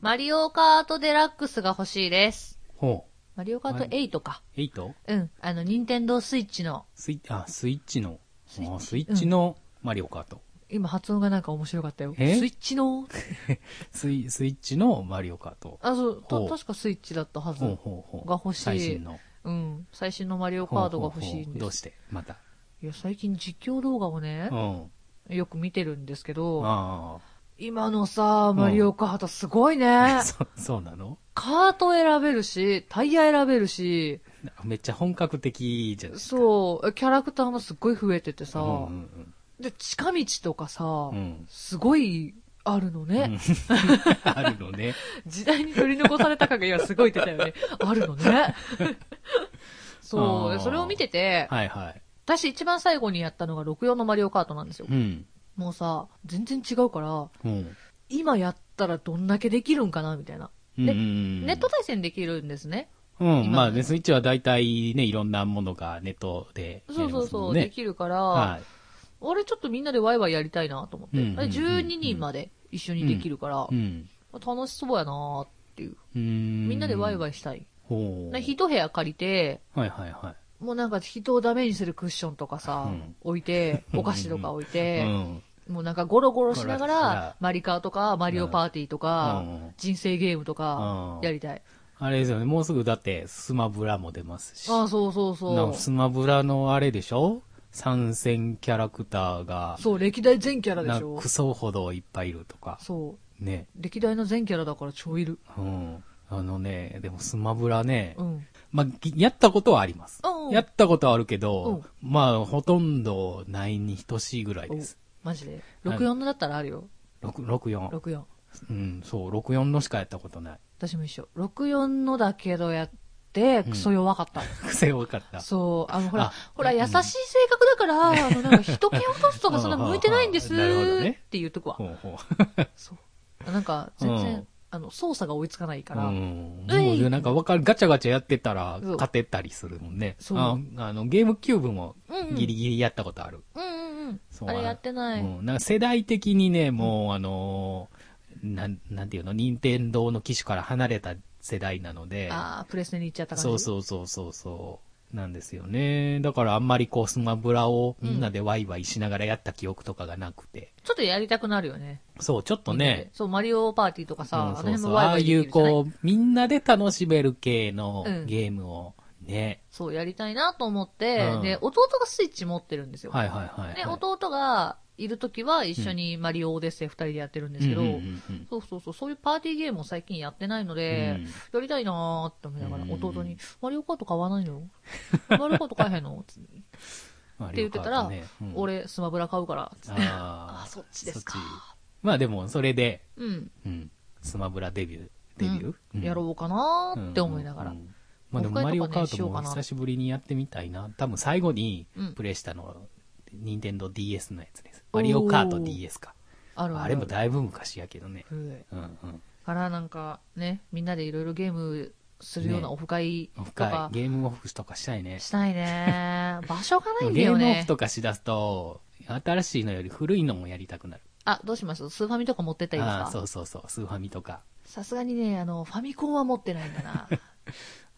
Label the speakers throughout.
Speaker 1: マリオカートデラックスが欲しいです。
Speaker 2: ほ
Speaker 1: マリオカート
Speaker 2: マリ
Speaker 1: 8か。
Speaker 2: う。8?
Speaker 1: うん。あの、ニンテンドースイッチの、
Speaker 2: スイッチ、あ、スイッチの、
Speaker 1: スイッチ
Speaker 2: あスイッチのマリオカート。
Speaker 1: 今発音がなんか面白かったよ。スイ
Speaker 2: え
Speaker 1: ッチの
Speaker 2: スイスイッチのマリオカート。
Speaker 1: あ、そう、た
Speaker 2: ほう
Speaker 1: 確かスイッチだったはず。
Speaker 2: ほうほうほう。
Speaker 1: が欲しい
Speaker 2: 最新の。
Speaker 1: うん。最新のマリオカードが欲しいん
Speaker 2: ほうほう
Speaker 1: です。
Speaker 2: ほうどうしてまた。
Speaker 1: いや、最近実況動画をね
Speaker 2: う、ん。
Speaker 1: よく見てるんですけど、
Speaker 2: あ
Speaker 1: 今のさ、マリオカートすごいね。
Speaker 2: あ。 そ、そうなの
Speaker 1: カート選べるし、タイヤ選べるし、
Speaker 2: なんかめっちゃ本格的じゃん。
Speaker 1: そう、キャラクターもすっごい増えててさ、
Speaker 2: うんうん
Speaker 1: で、近道とかさ、
Speaker 2: うん。うん。
Speaker 1: すごいあるの
Speaker 2: う
Speaker 1: ね
Speaker 2: ん。 あるのね。
Speaker 1: 時代に取り残された感が今すごい出たよ ね。あるのね。そう、
Speaker 2: あー
Speaker 1: でそれを見てて、
Speaker 2: はいはい。
Speaker 1: 私一番最後にやったのが64のマリオカートなんですよ
Speaker 2: う。ん。
Speaker 1: もうさ、全然違うから、
Speaker 2: うん。
Speaker 1: 今やったらどんだけできるんかなみたいな。
Speaker 2: うんうん
Speaker 1: ネット対戦できるんですね。
Speaker 2: うん、
Speaker 1: 今
Speaker 2: まあね、スイッチは大体ね、いろんなものがネットでや
Speaker 1: そう
Speaker 2: り
Speaker 1: そ
Speaker 2: ま
Speaker 1: う
Speaker 2: す
Speaker 1: そ
Speaker 2: も
Speaker 1: う、
Speaker 2: ん
Speaker 1: で
Speaker 2: ね。
Speaker 1: きるから、
Speaker 2: は
Speaker 1: 俺ちょっとみんなでワイワイやりたいなと思って。
Speaker 2: うんうんうんうん
Speaker 1: で12人まで一緒にできるから、
Speaker 2: い。うん。
Speaker 1: 楽しそうやなーっていう。
Speaker 2: み
Speaker 1: みんなでワイワ
Speaker 2: イ。
Speaker 1: イしたい。
Speaker 2: ほう。
Speaker 1: で一部屋借りて、
Speaker 2: はいはいは
Speaker 1: もうなんか人をダメにするクッションとかさ、
Speaker 2: うん
Speaker 1: 置い て、お菓子とか置い
Speaker 2: い。
Speaker 1: て、
Speaker 2: うん。
Speaker 1: もうなんかゴロゴロしなが
Speaker 2: ゴロしながら
Speaker 1: ら、マリカーとか、マリオパーティーとか、
Speaker 2: うん
Speaker 1: 人生ゲームとか
Speaker 2: う、ん
Speaker 1: やりたい。
Speaker 2: あれですよね、もうすぐだって、スマブラも出ますし。
Speaker 1: ああ、そうそうそ
Speaker 2: なスマブラのあれでしょ参戦キャラクターが
Speaker 1: う。、そう、歴代全キャラで
Speaker 2: な
Speaker 1: しょ
Speaker 2: ク。ソほどいっぱいいるとか。
Speaker 1: そう。
Speaker 2: ね。
Speaker 1: 歴代の全キャラだから超いる。
Speaker 2: うん。あのね、でもスマブラね
Speaker 1: う、ん。
Speaker 2: まあ、ぎやったことはあります
Speaker 1: うん。
Speaker 2: やったことはあるけど、まあ、ほとんどないに等しいぐらいです。
Speaker 1: マジで。64のだったらあるよ。
Speaker 2: 6 64。
Speaker 1: 64。
Speaker 2: うん、そう、64のしかやったことない。
Speaker 1: 私も一緒。64のだけどやって、クソ弱かった。
Speaker 2: 癖多かった。
Speaker 1: そう。あの、ほら
Speaker 2: あ、
Speaker 1: ほら、
Speaker 2: うん
Speaker 1: 優しい性格だから、あの、なんか人気落とすと かそんな向いてないんです
Speaker 2: うんなるほどね
Speaker 1: っていうとこは。
Speaker 2: ほうほ
Speaker 1: そう。なんか、全
Speaker 2: う
Speaker 1: 然
Speaker 2: ん、
Speaker 1: あの、操作が追いつかないか
Speaker 2: う。う
Speaker 1: ら。
Speaker 2: ん。
Speaker 1: うい
Speaker 2: もうなんかわかる、ガチャガチャやってたら
Speaker 1: そう
Speaker 2: 勝てたりするもんね。
Speaker 1: そう
Speaker 2: ああの、ゲームキューブも
Speaker 1: うんうん
Speaker 2: ギリギリやったことある。
Speaker 1: うんうんうん。
Speaker 2: そう
Speaker 1: あれやってない。
Speaker 2: うん、なんか世代的にね、もうあのーなん、なんていうの、任天堂の機種から離れた世代なので。
Speaker 1: ああ、プレステに行っちゃった感じ。
Speaker 2: そうそうそうそうそう。なんですよね。だからあんまりこうスマブラをみんなでワイワイしながらやった記憶とかがなくて。
Speaker 1: ちょっとやりたくなるよね。
Speaker 2: そう、ちょっと
Speaker 1: みんなで
Speaker 2: ね。
Speaker 1: そう、マリオパーティーとかさ、あの
Speaker 2: うんそう
Speaker 1: 辺
Speaker 2: そう
Speaker 1: もワイ
Speaker 2: あ
Speaker 1: ワ
Speaker 2: あ
Speaker 1: イ
Speaker 2: い
Speaker 1: でき
Speaker 2: う
Speaker 1: るじゃない
Speaker 2: こう、みんなで楽しめる系の
Speaker 1: うん
Speaker 2: ゲームをね。
Speaker 1: そう、やりたいなと思って、
Speaker 2: うん
Speaker 1: で、弟がスイッチ持ってるんですよ。
Speaker 2: はいはいはい、はい。
Speaker 1: で、弟がいるときは一緒にマリオオデッセイ二人でやってるんですけど、
Speaker 2: うんうんうん
Speaker 1: そうそうそう、そういうパーティーゲームを最近やってないので、やりたいなーって思いながら、
Speaker 2: うん
Speaker 1: 弟に、マリオカート買わないの マリオカート買えへんのつって
Speaker 2: うん
Speaker 1: 言ってたら、
Speaker 2: うん
Speaker 1: 俺、スマブラ買うから、つって。あ
Speaker 2: あ
Speaker 1: あ、そっちですか
Speaker 2: そっ。まあでも、それで、
Speaker 1: うん。
Speaker 2: うん、スマブラデビュー、デビュー、うん
Speaker 1: やろうかなーって思いながら。
Speaker 2: うんうんうんまあでもマリオカートも久しぶりにやってみたいな。多分最後に
Speaker 1: うん
Speaker 2: プレイしたのは、任天堂 DS のやつです。
Speaker 1: おー
Speaker 2: マリオカート DS か。
Speaker 1: あるある。
Speaker 2: あれもだいぶ昔やけどね。
Speaker 1: 古い
Speaker 2: うんうん。
Speaker 1: からなんかね、みんなでいろいろゲームするような
Speaker 2: ね
Speaker 1: オフ会
Speaker 2: オ
Speaker 1: と
Speaker 2: フ
Speaker 1: か
Speaker 2: 会、ゲームオフとかしたいね。
Speaker 1: したいね。場所がないんだ
Speaker 2: ゲー
Speaker 1: よ
Speaker 2: ムオフ
Speaker 1: ね。
Speaker 2: とかしだすと、新しいのより古いのもやりたくなる。
Speaker 1: あ、どうしますスーファミとか持ってったらいい
Speaker 2: ああー、
Speaker 1: です
Speaker 2: そ
Speaker 1: か
Speaker 2: うそうそう、スーファミとか。
Speaker 1: さすがにね、あの、ファミコンは持ってないんだ な。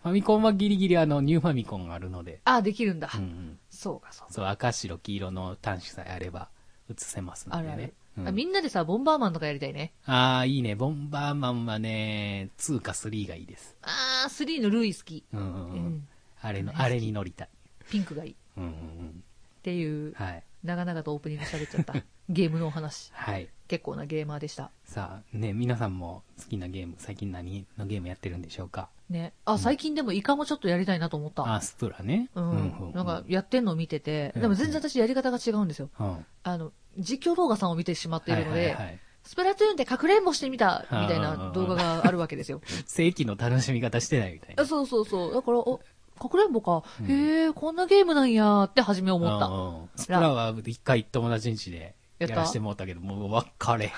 Speaker 2: ファミコンはギリギリあの、ニューファミコンがあるので。
Speaker 1: あ、できるんだ。
Speaker 2: うんうん。
Speaker 1: そうか、そうか。
Speaker 2: そう、赤白黄色の端子さえあれば、映せますの
Speaker 1: あ
Speaker 2: で
Speaker 1: る
Speaker 2: ね。
Speaker 1: ある。
Speaker 2: うん
Speaker 1: あみんなでさ、ボンバーマンとかやりたいね。
Speaker 2: ああ、いいね。ボンバーマンはね、2か3がいいです。
Speaker 1: あー、3のルイ好き。
Speaker 2: うんうん
Speaker 1: う。
Speaker 2: うんん。あれの、あれに乗りたい。
Speaker 1: ピンクがいい。っ
Speaker 2: うんうんうん。
Speaker 1: ていう、
Speaker 2: はい。
Speaker 1: 長々とオープニング喋っちゃ った。ゲームのお話。
Speaker 2: はい。
Speaker 1: 結構なゲーマーでした。
Speaker 2: さあ、ね、皆さんも好きなゲーム、最近何のゲームやってるんでしょうか
Speaker 1: ね。あ、最近でもイカもちょっとやりたいなと思った。
Speaker 2: あ、スプラね。
Speaker 1: うん、なんか、やってんのを見てて、
Speaker 2: うん
Speaker 1: でも全然私やり方が違うんですよ。
Speaker 2: うん。は
Speaker 1: あの、実況動画さんを見てしまっているので、
Speaker 2: はい。
Speaker 1: スプラトゥーンでかくれんぼしてみた、みたい
Speaker 2: うんうんう
Speaker 1: なん動画があるわけ ですよ。
Speaker 2: 正規の楽しみ方してないみたいな
Speaker 1: あ。そうそうそう。だから、お、かくれんぼか。
Speaker 2: うん
Speaker 1: へえ、こんなゲームなんやーって初め思った。
Speaker 2: うんうんスプラは一回友達ん家で
Speaker 1: や
Speaker 2: や
Speaker 1: った
Speaker 2: らしてもらったけど、もう分かれ へん。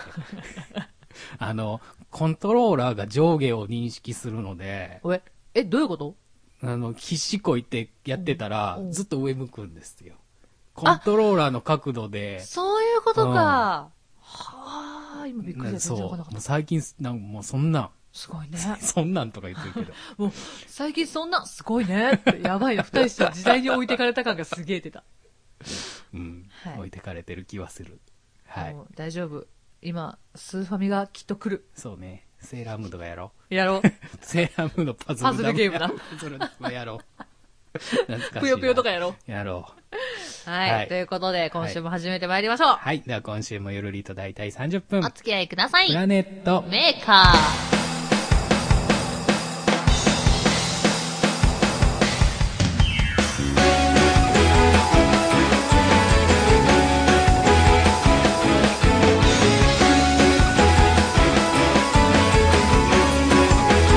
Speaker 2: あの、コントローラーが上下を認識するので、
Speaker 1: おえ、え、どういうこと
Speaker 2: あの、必死こいてやってたら
Speaker 1: うんう、ん
Speaker 2: ずっと上向くんですよ。コントローラーの角度で、
Speaker 1: そういうことか。はあ、今びっくりした。全然わ
Speaker 2: そ
Speaker 1: かんなか
Speaker 2: う。も
Speaker 1: った
Speaker 2: う。最近、なんかもうそんな、
Speaker 1: すごい ね。
Speaker 2: そんなんとか言ってるけど。
Speaker 1: もう、最近そんな、すごいねって。やばいな。二人して時代に置いてかれた感がすげえ出た。
Speaker 2: うん。
Speaker 1: はい
Speaker 2: 置いてかれてる気はする。はい
Speaker 1: も。う大丈夫。今、スーファミがきっと来る。
Speaker 2: そうね。セーラームーンとかやろ
Speaker 1: やろう。
Speaker 2: う。セーラームーンのパズル
Speaker 1: パズルゲームな
Speaker 2: パズルゲームやろう。懐かしいな
Speaker 1: ぷよぷよとかやろう。
Speaker 2: やろう。
Speaker 1: はい。
Speaker 2: はい
Speaker 1: ということで、今週も始めてまいりましょう。
Speaker 2: はい。では今週もゆるりと大体30分。
Speaker 1: お
Speaker 2: プ
Speaker 1: 付き合いください。
Speaker 2: ラネット。
Speaker 1: メーカ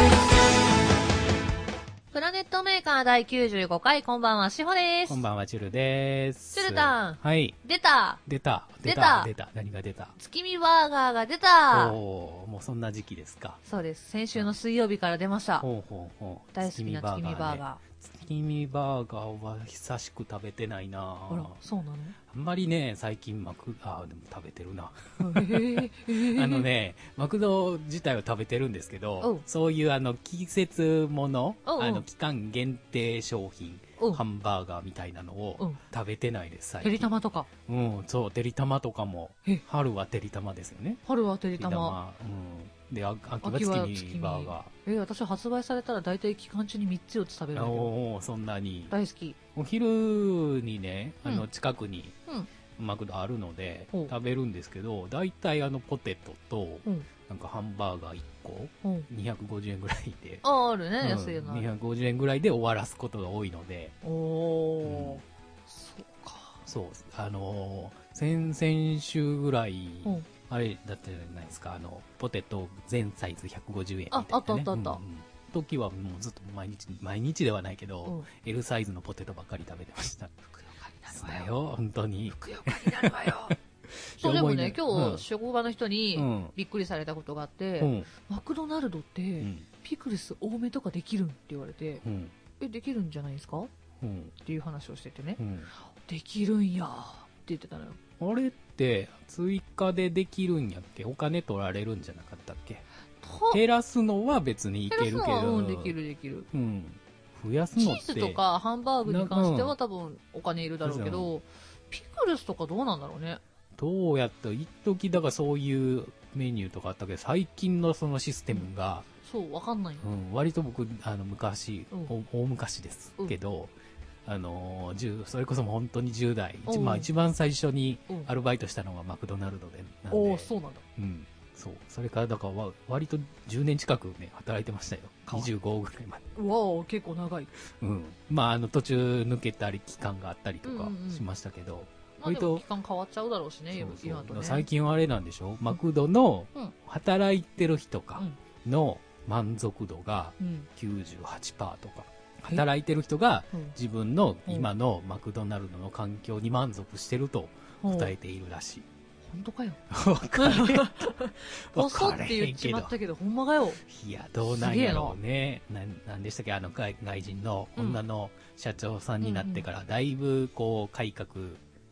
Speaker 1: ー。プラネットメーカー第95回、こんばんは、しほです。
Speaker 2: こんばんは、チュルです。
Speaker 1: チュルタン
Speaker 2: はい。
Speaker 1: 出た
Speaker 2: 出た。
Speaker 1: 出た
Speaker 2: 出た。何が出た
Speaker 1: 月見バーガーが出た
Speaker 2: おー、もうそんな時期ですか。
Speaker 1: そうです。先週の水曜日から出ました。
Speaker 2: ほうほうほう。
Speaker 1: 大好きな月見バーガー
Speaker 2: ね。月見バーガーは久しく食べてないな
Speaker 1: あら、そうなの
Speaker 2: あんまりね、最近マク、あーでも食べてるな。
Speaker 1: へえ
Speaker 2: あのね、マクド自体は食べてるんですけ
Speaker 1: お
Speaker 2: ど
Speaker 1: う、
Speaker 2: そういうあの、季節もの、
Speaker 1: おうおう
Speaker 2: あの、期間限定商品
Speaker 1: おう、
Speaker 2: ハンバーガーみたいなの
Speaker 1: う
Speaker 2: を
Speaker 1: ん
Speaker 2: 食べてないです、最
Speaker 1: て
Speaker 2: 近。
Speaker 1: りたまとか
Speaker 2: うん、そう、てりたまとかも
Speaker 1: え。
Speaker 2: 春はてりたまですよね。
Speaker 1: 春はてりたま
Speaker 2: てりたま。うん。で、あ
Speaker 1: 秋
Speaker 2: 秋
Speaker 1: は
Speaker 2: は
Speaker 1: 月
Speaker 2: 月
Speaker 1: 見
Speaker 2: 見バーガ
Speaker 1: えー私発売されたら大体期間中に3つ4つ食べるん
Speaker 2: ー。
Speaker 1: だけど
Speaker 2: おー、そんなに。
Speaker 1: 大好き
Speaker 2: お昼にね、あ
Speaker 1: う
Speaker 2: の
Speaker 1: ん
Speaker 2: 近くに
Speaker 1: うん
Speaker 2: マクドあるので、
Speaker 1: ほう
Speaker 2: 食べるんですけど、大体あのポテトと、
Speaker 1: うん
Speaker 2: なんかハンバーガー1個、
Speaker 1: うん
Speaker 2: 250円ぐらいで、
Speaker 1: ああるね、
Speaker 2: うん
Speaker 1: 安いよな
Speaker 2: 250円ぐらいで終わらすことが多いので、
Speaker 1: おおー、
Speaker 2: うん
Speaker 1: そうか
Speaker 2: そう、あのー先々週ぐらい、
Speaker 1: うん
Speaker 2: あれだったじゃないですか、あの、ポテト全サイズ150円みたいな、ね。
Speaker 1: ああったあったあった
Speaker 2: うんうん時はもうずっと毎日、毎日ではないけ
Speaker 1: う
Speaker 2: ど、
Speaker 1: ん
Speaker 2: L サイズのポテトばっかり食べてました。
Speaker 1: ふくよかに
Speaker 2: そう
Speaker 1: な
Speaker 2: だ
Speaker 1: るわよ
Speaker 2: よ、本当に。
Speaker 1: ふくよかになるわよ そうで もね今日、職場の人
Speaker 2: う
Speaker 1: に
Speaker 2: ん
Speaker 1: びっくりされたことがあって、
Speaker 2: うん
Speaker 1: マクドナルドって、
Speaker 2: うん
Speaker 1: ピクルス多めとかできるんって言われて
Speaker 2: うん
Speaker 1: えできるんじゃないですかっ
Speaker 2: うん
Speaker 1: ていう話をしててね、
Speaker 2: うん
Speaker 1: できるんやーって言ってたのよ
Speaker 2: あれって追加でできるんやっけお金取られるんじゃなかったっけ
Speaker 1: と
Speaker 2: 減らすのは別にいけるけ
Speaker 1: 減らすのは
Speaker 2: ど、
Speaker 1: うん、できるできる
Speaker 2: うん増やす
Speaker 1: チ
Speaker 2: のって
Speaker 1: ーズとかハンバーグに関しては多分お金いるだろうけどピクルスとかどうなんだろうね
Speaker 2: どうやった一時だからそういうメニューとかあったけど最近のそのシステムが、
Speaker 1: そうわかんないよ
Speaker 2: うん割と僕あの昔、
Speaker 1: うん
Speaker 2: お大昔ですけど、あのー10それこそもう本当に10代、一
Speaker 1: うん
Speaker 2: まあ、一番最初に
Speaker 1: うん
Speaker 2: アルバイトしたのがマクドナルドでなんで
Speaker 1: おおーそうなんだ
Speaker 2: うん、そう。それから、だからわ、割と10年近くね、働いてましたよ。
Speaker 1: かわいい
Speaker 2: 25ぐらいまで。
Speaker 1: うわお結構長い、
Speaker 2: うん。まあ、あの、途中抜けたり、期間があったりとか
Speaker 1: うんうんうん
Speaker 2: しましたけど。
Speaker 1: まあ、でも
Speaker 2: 割
Speaker 1: 期
Speaker 2: と
Speaker 1: 間変わっちゃうだろうしね
Speaker 2: そうそう
Speaker 1: 今とね
Speaker 2: 最近はあれなんでしょマクドの
Speaker 1: うん、
Speaker 2: 働いてる人か、の満足度が
Speaker 1: うん
Speaker 2: 98%とか。
Speaker 1: え
Speaker 2: 働いてる人が、
Speaker 1: うん
Speaker 2: 自分の今のマクドナルドの環境に満足してると
Speaker 1: ほう
Speaker 2: 答えているらしい。
Speaker 1: 本当かよ
Speaker 2: わかれへんわ
Speaker 1: 遅
Speaker 2: か
Speaker 1: っ
Speaker 2: れ
Speaker 1: て
Speaker 2: へ
Speaker 1: 言
Speaker 2: ん
Speaker 1: っち
Speaker 2: け
Speaker 1: ま
Speaker 2: ど
Speaker 1: っ。たけどほんまかよ
Speaker 2: いや、どうなんやろうね。ななんでしたっけあの外外人の
Speaker 1: うん
Speaker 2: 女の社長さんになってから、だいぶこう改革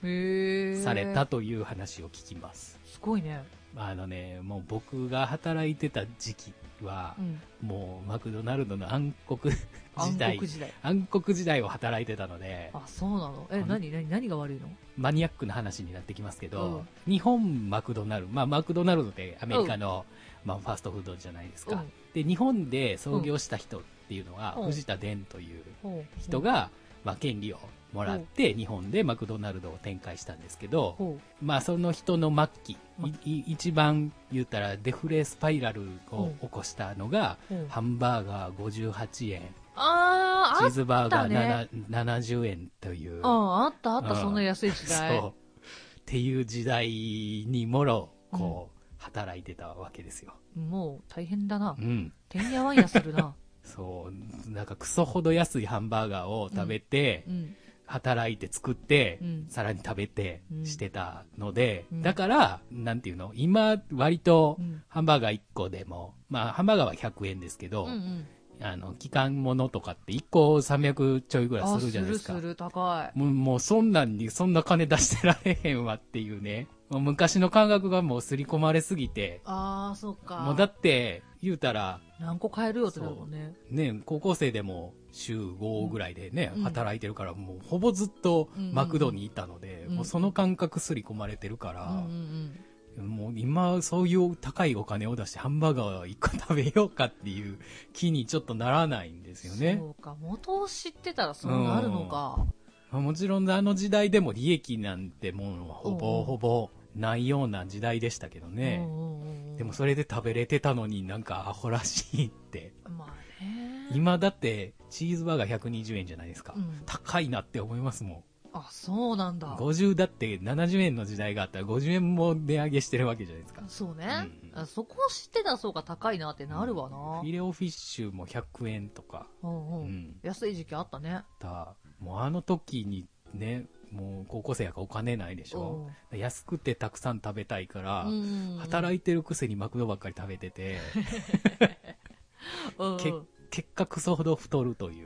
Speaker 1: へえ
Speaker 2: されたという話を聞きます。
Speaker 1: すごいね、
Speaker 2: あのね、もう僕が働いてた時期は
Speaker 1: う、ん、
Speaker 2: もうマクドナルドの暗黒
Speaker 1: 暗
Speaker 2: 時代
Speaker 1: 黒、時代
Speaker 2: 暗黒時代を働いてたので、
Speaker 1: あそうなのえ
Speaker 2: あん
Speaker 1: 何何何が悪いの
Speaker 2: マニアックな話になってきますけど、日本マクドナルド、まあマクドナルドってアメリカの、まあファーストフードじゃないですか。
Speaker 1: うん
Speaker 2: で、日本で創業した人っていうのは、
Speaker 1: うん
Speaker 2: 藤田伝という、
Speaker 1: ほう
Speaker 2: 人が、まあ、権利をもらって日本でマクドナルドを展開したんですけど、
Speaker 1: ほ
Speaker 2: まあ、その人の末期
Speaker 1: 末
Speaker 2: いい一番言ったらデフレスパイラル
Speaker 1: う
Speaker 2: を
Speaker 1: ん
Speaker 2: 起こしたのが、
Speaker 1: うほう
Speaker 2: ハンバーガー58円
Speaker 1: あ
Speaker 2: チ
Speaker 1: ーあ
Speaker 2: ーズバーガー、
Speaker 1: ね
Speaker 2: なな70円という、
Speaker 1: ああったあった、
Speaker 2: うん
Speaker 1: そんな安い時代
Speaker 2: そうっていう時代にもろこう、働いてたわけですよ、
Speaker 1: もう大変だな
Speaker 2: う。ん、
Speaker 1: てんやわんやする な。
Speaker 2: そうなんかクソほど安いハンバーガーを食べて、
Speaker 1: うん。
Speaker 2: 働いて作って、
Speaker 1: うん
Speaker 2: さらに食べて
Speaker 1: うん
Speaker 2: してたので、
Speaker 1: うん
Speaker 2: だから、なんていうの今、割と
Speaker 1: うん、
Speaker 2: ハンバーガー1個でも、まあ、ハンバーガーは100円ですけ
Speaker 1: う
Speaker 2: ど、
Speaker 1: んうん。
Speaker 2: あの、期間ものとかって1個300ちょいぐらいするじゃないですか。
Speaker 1: あするする、高い。
Speaker 2: もう、もうそんなんに、そんな金出してられへんわっていうね。もう昔の感覚がもう刷り込まれすぎて、
Speaker 1: ああ、そうか。
Speaker 2: もうだって、言うたら、
Speaker 1: 何個買えるよってなるもんね。
Speaker 2: ね、高校生でも週5ぐらいでね、
Speaker 1: うん
Speaker 2: 働いてるから、もうほぼずっと
Speaker 1: うん
Speaker 2: マクドにいたので、
Speaker 1: うん
Speaker 2: もうその感覚刷り込まれてるか
Speaker 1: う
Speaker 2: ら
Speaker 1: ん、うん
Speaker 2: もう今そういう高いお金を出してハンバーガー一個食べようかっていう気にちょっとならないんです
Speaker 1: う
Speaker 2: よ
Speaker 1: ん。
Speaker 2: ね
Speaker 1: そ。うか。元を知ってたらそうなるのか。
Speaker 2: まあもちろんあの時代でも利益なんてもうほ
Speaker 1: う
Speaker 2: ぼ
Speaker 1: ん
Speaker 2: ほぼないような時代でしたけど
Speaker 1: う
Speaker 2: ね。
Speaker 1: んうんうんうん
Speaker 2: でも、それで食べれてたのになんかアホらしいって。
Speaker 1: まあね。
Speaker 2: 今だってチーズバーガー120円じゃないですか。
Speaker 1: うん
Speaker 2: 高いなって思いますもん。
Speaker 1: あ、そうなんだ。
Speaker 2: 50だって70円の時代があったら50円も値上げしてるわけじゃないですか。
Speaker 1: そうね
Speaker 2: うん。
Speaker 1: あそこを知ってたらそうか高いなってなるわな
Speaker 2: フ。ィレオフィッシュも100円とか。
Speaker 1: うんう。
Speaker 2: うんん
Speaker 1: 安い時期あったね。
Speaker 2: ったもうあの時にねもう高校生やからお金ないでしょ安くてたくさん食べたいから、働
Speaker 1: い
Speaker 2: いてるくせにマクドばっかり食べ てて、
Speaker 1: て、
Speaker 2: け
Speaker 1: う
Speaker 2: 結果クソほど太るとい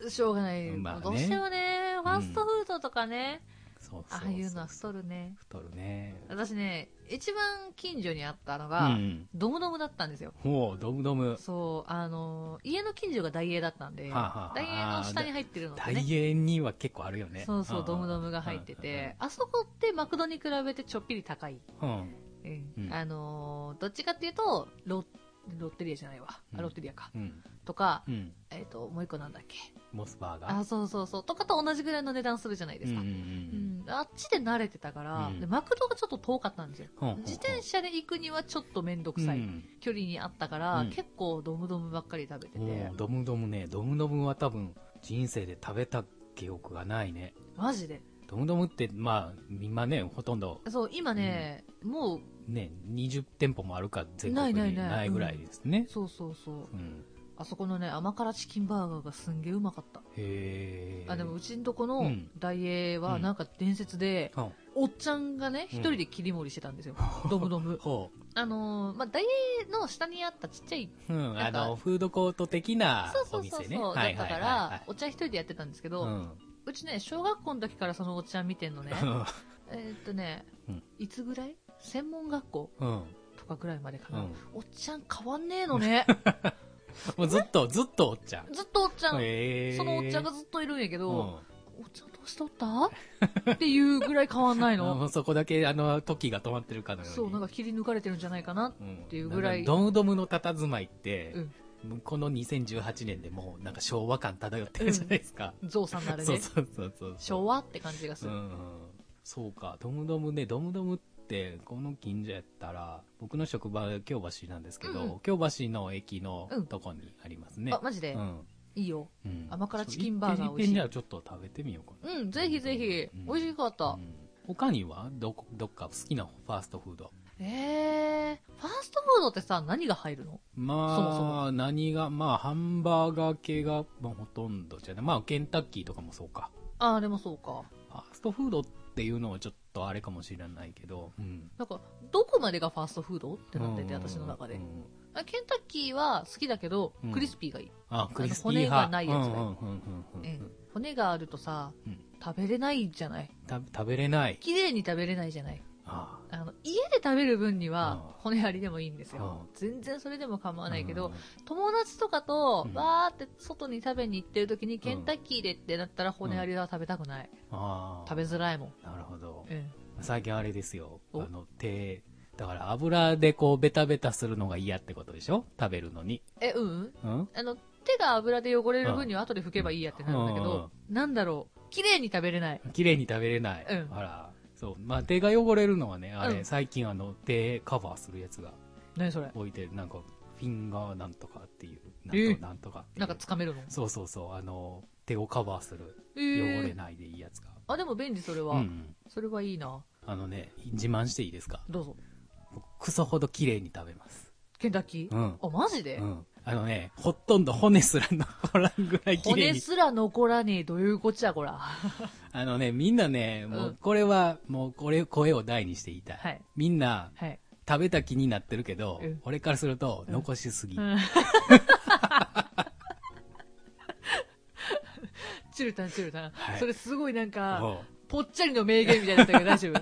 Speaker 2: うん
Speaker 1: しょうがない。
Speaker 2: まあね
Speaker 1: どうしてもね、ファストフードとかね、
Speaker 2: そうそう
Speaker 1: あ
Speaker 2: そう
Speaker 1: あいうのは太るね。
Speaker 2: 太るね
Speaker 1: 私ね、一番近所にあったの
Speaker 2: う
Speaker 1: が、
Speaker 2: ん
Speaker 1: ドムドムだったんですよ。
Speaker 2: もうドムドム
Speaker 1: そう、あのー家の近所がダイエーだったんで、
Speaker 2: はあはあ
Speaker 1: ダイエーの下に入ってるので
Speaker 2: 大
Speaker 1: ね。
Speaker 2: 変には結構あるよね
Speaker 1: そうそう、ドムドムが入ってて、あそこってマクドに比べてちょっぴり高い。
Speaker 2: うんうん
Speaker 1: うん
Speaker 2: うん
Speaker 1: あのーどっちかっていうと、ロッロッテリアじゃないわ。
Speaker 2: うん
Speaker 1: あロッテリアか。
Speaker 2: うん
Speaker 1: とか、
Speaker 2: うん
Speaker 1: えっ、と、もう一個なんだっけ。
Speaker 2: モスバーガー
Speaker 1: あ、そうそうそう。とかと同じぐらいの値段するじゃないですか。
Speaker 2: う
Speaker 1: うん
Speaker 2: うん
Speaker 1: ん
Speaker 2: うん
Speaker 1: あっちで慣れてたから、
Speaker 2: うん
Speaker 1: でマクドがちょっと遠かったんですよ。
Speaker 2: ほんほんほん
Speaker 1: 自転車で行くにはちょっと面倒くさい、
Speaker 2: うん
Speaker 1: 距離にあったから、
Speaker 2: うん
Speaker 1: 結構ドムドムばっかり食べてて、
Speaker 2: もうドムドムねドムドムは多分人生で食べた記憶がないね
Speaker 1: マジで
Speaker 2: ドムドムって、まあ、今ね、ほとんど
Speaker 1: そう今ね、もう
Speaker 2: ね、20店舗もあるか全
Speaker 1: ない
Speaker 2: 国
Speaker 1: ない
Speaker 2: に
Speaker 1: ない
Speaker 2: ないぐらいですね。
Speaker 1: そうそうそう
Speaker 2: うん。
Speaker 1: あそこのね甘辛チキンバーガーがすんげえうまかった
Speaker 2: へー
Speaker 1: あでも、うちんとこ
Speaker 2: う
Speaker 1: の
Speaker 2: ん
Speaker 1: ダイエーはなんか伝説で、
Speaker 2: ほ
Speaker 1: おっちゃんがね
Speaker 2: うん
Speaker 1: 一人で切り盛りしてたんです よ、ドムド
Speaker 2: う。
Speaker 1: ム
Speaker 2: ほ。
Speaker 1: あのーまあダイエーの下にあったちっちゃいう
Speaker 2: うん、
Speaker 1: な
Speaker 2: あ
Speaker 1: んか
Speaker 2: の、フードコート的な
Speaker 1: そうそ
Speaker 2: お
Speaker 1: うそう
Speaker 2: 店
Speaker 1: そう、
Speaker 2: ね。
Speaker 1: だったから、
Speaker 2: は
Speaker 1: おっちゃん一人でやってたんですけ
Speaker 2: い
Speaker 1: ど、
Speaker 2: は
Speaker 1: う
Speaker 2: いは
Speaker 1: ちね小学校の時からそのおっちゃん見てんのね
Speaker 2: い。うん。
Speaker 1: えーっとね、
Speaker 2: うん
Speaker 1: いつぐらい専門学校
Speaker 2: うん。うん
Speaker 1: とかぐらいまでか
Speaker 2: う
Speaker 1: な、
Speaker 2: ん
Speaker 1: おっちゃん変わんねえの ね
Speaker 2: もうずっと、ずっとおっちゃん。
Speaker 1: ずっとおっちゃん、
Speaker 2: へー
Speaker 1: そのおっちゃんがずっといるんやけ
Speaker 2: うん
Speaker 1: ど、おっちゃんどうしとったっていうぐらい変わんないの
Speaker 2: もうそこだけ、あの、時が止まってるか のように。
Speaker 1: そうなんか切り抜かれてるんじゃないかな
Speaker 2: うん、って
Speaker 1: いうぐらい
Speaker 2: ドムドムの佇まいって、
Speaker 1: うん
Speaker 2: この2018年でもうなんか昭和感漂ってるじゃないですか。
Speaker 1: ゾウさんなら
Speaker 2: そう
Speaker 1: ね
Speaker 2: そうそうそう。
Speaker 1: 昭和って感じがす
Speaker 2: う
Speaker 1: る、
Speaker 2: ん。そうか、ドムドムね、ドムドムって、この近所やったら、僕の職場、京橋なんですけど、
Speaker 1: うんうん
Speaker 2: 京橋の駅の
Speaker 1: うん
Speaker 2: とこにありますね。
Speaker 1: あマジで、
Speaker 2: うん。
Speaker 1: いいよ
Speaker 2: うん
Speaker 1: 甘辛チキンバーガー
Speaker 2: そう
Speaker 1: 美味しい
Speaker 2: 一品じゃあちょっと食べてみようか
Speaker 1: うんぜひぜひ、
Speaker 2: うん
Speaker 1: 美味しかった、
Speaker 2: な。うん他にはどこ、どっか好きなファーストフード
Speaker 1: えー、ファーストフードってさ何が入るの
Speaker 2: まあ、
Speaker 1: そもそも
Speaker 2: 何が、まあ、ハンバーガー系が、まあ、ほとんどじゃない。まあ、ケンタッキーとかもそうか。
Speaker 1: ああでもそうか
Speaker 2: ファーストフードっていうのはちょっとあれかもしれないけど、うん。
Speaker 1: なんかどこまでがファーストフードってなってて私の中で、
Speaker 2: うんうんうん
Speaker 1: あケンタッキーは好きだけど、
Speaker 2: うん
Speaker 1: クリスピーがいい、
Speaker 2: あ、クリスピー
Speaker 1: 骨が
Speaker 2: 派。
Speaker 1: ないやつね
Speaker 2: うんうんうんうんうん
Speaker 1: うん骨があるとさ、
Speaker 2: うん
Speaker 1: 食べれないじゃない
Speaker 2: た食べれない。
Speaker 1: 綺麗に食べれないじゃない
Speaker 2: あ
Speaker 1: あの家で食べる分に
Speaker 2: うん
Speaker 1: は骨ありでもいいんですよ
Speaker 2: う
Speaker 1: 全然それでも構わないけど、
Speaker 2: うん
Speaker 1: 友達とかと
Speaker 2: うん
Speaker 1: わーって外に食べに行ってる時にケンタッキーでってなったら骨ありは食べたくない、
Speaker 2: あ
Speaker 1: 食べづらいもん、
Speaker 2: べなるほど。
Speaker 1: うん、
Speaker 2: 最近あれですよ。あ
Speaker 1: お
Speaker 2: の、手、だから油でこう、ベタベタするのが嫌ってことでしょ食べるのに。
Speaker 1: えうん
Speaker 2: うん
Speaker 1: あの手が油で汚れる分には後で拭けばいいやってなるんだけど、なんだろう綺麗に食べれない
Speaker 2: 綺麗に食べれない。
Speaker 1: うん
Speaker 2: あら。そう。まあ、手が汚れるのはね、あれ、
Speaker 1: うん
Speaker 2: 最近あの、手カバーするやつが
Speaker 1: 何それ
Speaker 2: 置いてる、なんか、フィンガーなんとかっていう、なんと,、
Speaker 1: えー
Speaker 2: なんとかっていう。
Speaker 1: なんか掴めるの
Speaker 2: そうそうそう、あの、手をカバーする。
Speaker 1: え
Speaker 2: 汚
Speaker 1: ー
Speaker 2: れないでいいやつが。
Speaker 1: あでも便利それ
Speaker 2: う
Speaker 1: は、
Speaker 2: んうん。
Speaker 1: それはいいな
Speaker 2: あのね、自慢していいですか
Speaker 1: どうぞ
Speaker 2: 僕クソほど綺麗に食べます。
Speaker 1: ケンタッキー、
Speaker 2: うん
Speaker 1: あマジで、
Speaker 2: うん。あのね、ほとんど骨すら残らんぐらい綺麗
Speaker 1: 骨
Speaker 2: に。
Speaker 1: すら残らねえどういうこっちゃこら
Speaker 2: あのね、みんなね、も
Speaker 1: うん
Speaker 2: うこれは、もうこれ、声を大にして言いたい。
Speaker 1: はい
Speaker 2: みんな、
Speaker 1: はい
Speaker 2: 食べた気になってるけど、
Speaker 1: うん
Speaker 2: 俺からすると、残しすぎ。
Speaker 1: チルタンチルタン、
Speaker 2: はい
Speaker 1: それすごいなんか
Speaker 2: もう
Speaker 1: ぽっちゃりの名言みたいだったけど大丈夫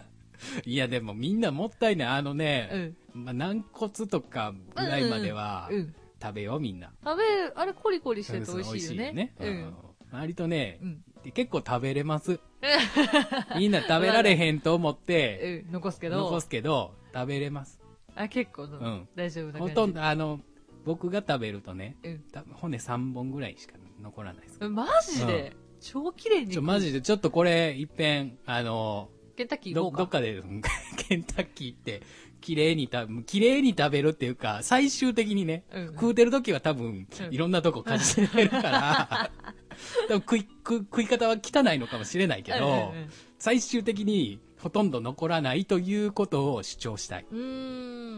Speaker 2: いや、でもみんなもったいない。あのね、まあ、軟骨とかぐらいまでは
Speaker 1: うんうんうん、
Speaker 2: 食べよう、みんな。
Speaker 1: あべ、あれコリコリしてて美味しいよね。
Speaker 2: ね。
Speaker 1: う
Speaker 2: うんん。割とね
Speaker 1: うん、
Speaker 2: 結構食べ れます。みんな食べられへんと思って、
Speaker 1: うん、残すけど、
Speaker 2: 残すけど、食べれます。
Speaker 1: あ結構、
Speaker 2: ん
Speaker 1: 大丈夫な感
Speaker 2: ほ
Speaker 1: じ。
Speaker 2: とんど、あの、僕が食べるとね、
Speaker 1: うん
Speaker 2: 多分骨3本ぐらいしか残らないです。
Speaker 1: マジで、超綺麗に
Speaker 2: ちょ、マジで、ちょっとこれ、一遍、あの、
Speaker 1: ケンタッキー
Speaker 2: ど
Speaker 1: 行こ
Speaker 2: ど
Speaker 1: う
Speaker 2: っ
Speaker 1: か。
Speaker 2: かで、 うんケンタッキーって、綺麗に食べ、綺麗に食べるっていうか、最終的にね、
Speaker 1: うん
Speaker 2: 食うてる時は多分、
Speaker 1: うん
Speaker 2: いろんなとこ感じてるから、多分食い、食い食い方は汚いのかもしれないけ
Speaker 1: うん
Speaker 2: ど
Speaker 1: うんうん、
Speaker 2: 最終的にほとんど残らないということを主張したい。
Speaker 1: うー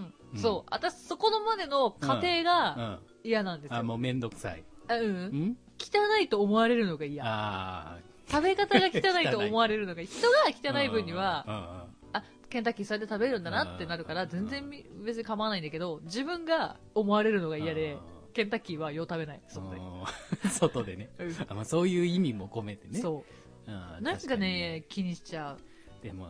Speaker 1: ん。
Speaker 2: うん
Speaker 1: そう。私、そこのまでの過程
Speaker 2: う
Speaker 1: が
Speaker 2: ん。
Speaker 1: 嫌なんですよ。
Speaker 2: あ、もうめんどくさい。
Speaker 1: あうん。
Speaker 2: ん
Speaker 1: 汚いと思われるのが嫌。
Speaker 2: ああ。
Speaker 1: 食べ方が汚いと思われるのが、人が汚い分には、
Speaker 2: うんうんうん、
Speaker 1: あ、ケンタッキーそれで食べるんだなってなるから、
Speaker 2: うん
Speaker 1: 全然み別に構わないんだけど、自分が思われるのが嫌で
Speaker 2: うん、
Speaker 1: ケンタッキーはよう食べない。そんなに
Speaker 2: うん外でね。
Speaker 1: うん
Speaker 2: あまあ、そういう意味も込めてね。
Speaker 1: そうう。
Speaker 2: ん。
Speaker 1: なん
Speaker 2: 確
Speaker 1: か
Speaker 2: に
Speaker 1: ね、気にしちゃう。
Speaker 2: でも、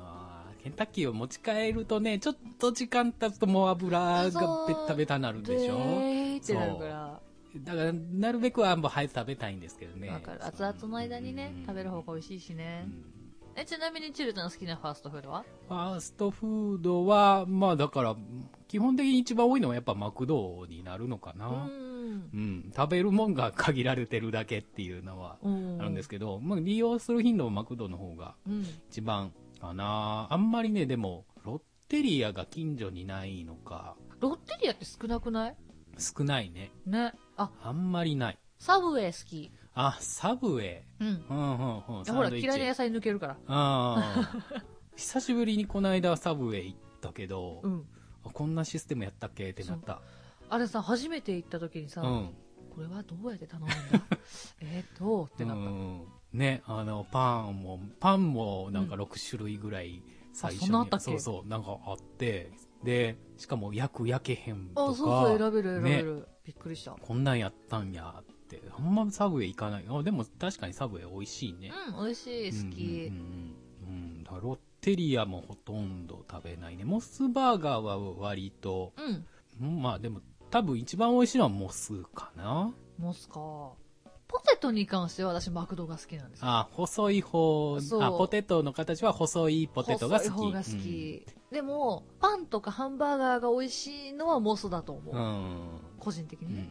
Speaker 2: ケンタッキーを持ち帰るとね、ちょっと時間経つともう油がベタベタなるでし
Speaker 1: で
Speaker 2: ょ
Speaker 1: ーってなるから、
Speaker 2: だから、なるべくはもう早く食べたいんですけどね。
Speaker 1: わかる。熱々の間にね
Speaker 2: うん、
Speaker 1: 食べる方が美味しいしね
Speaker 2: う。ん
Speaker 1: え、ちなみにチルトの好きなファーストフードは
Speaker 2: ファーストフードは、まあだから、基本的に一番多いのはやっぱマクドになるのか
Speaker 1: う
Speaker 2: な。
Speaker 1: ん。
Speaker 2: うん、食べるもんが限られてるだけっていうのは
Speaker 1: うん
Speaker 2: あるんですけど、まあ、利用する頻度もマクドの方が
Speaker 1: うん。
Speaker 2: 一番かなあんまりねでもロッテリアが近所にないのか
Speaker 1: ロッテリアって少なくない
Speaker 2: 少ないね
Speaker 1: ね。あ、
Speaker 2: あんまりない
Speaker 1: サブウェイ好き。
Speaker 2: あサブウェイ
Speaker 1: うん。
Speaker 2: うんうんうん
Speaker 1: いやほら、
Speaker 2: サンドイッチ
Speaker 1: 嫌いな野菜抜けるから。
Speaker 2: あー久しぶりにこの間サブウェイ行ったけど、
Speaker 1: うん。
Speaker 2: あこんなシステムやったっけってなった
Speaker 1: あれさ、初めて行った時にさ、
Speaker 2: うん
Speaker 1: これはどうやって頼むん だえっと、ってな
Speaker 2: う
Speaker 1: っ
Speaker 2: んね、あの、パンも、パンもなんか6種類ぐらい最初に、
Speaker 1: そんなあったっけ
Speaker 2: そうそう、なんかあって、で、しかも焼く焼けへんと
Speaker 1: た。
Speaker 2: か。
Speaker 1: あ、そうそう、選べる選べ
Speaker 2: ね、
Speaker 1: る。びっくりした。
Speaker 2: こんなんやったんやって。あんまサブウェイ行かない。あ、でも確かにサブウェイ美味しいね。
Speaker 1: うん、美味しい、好
Speaker 2: う
Speaker 1: き
Speaker 2: ん。うんうんうん。うん、だからロッテリアもほとんど食べないね。モスバーガーは割と、
Speaker 1: うん。
Speaker 2: うんまあでも多分一番美味しいのはモスかな。
Speaker 1: モスか。ポテトに関しては私、マクドが好きなんですよ。
Speaker 2: あ、細い方、
Speaker 1: そう
Speaker 2: あ、ポテトの形は細いポテトが好き。
Speaker 1: 細い方が好き。でも、パンとかハンバーガーが美味しいのはモスだと思
Speaker 2: う
Speaker 1: う。
Speaker 2: ん。
Speaker 1: 個人的
Speaker 2: うん。
Speaker 1: にね。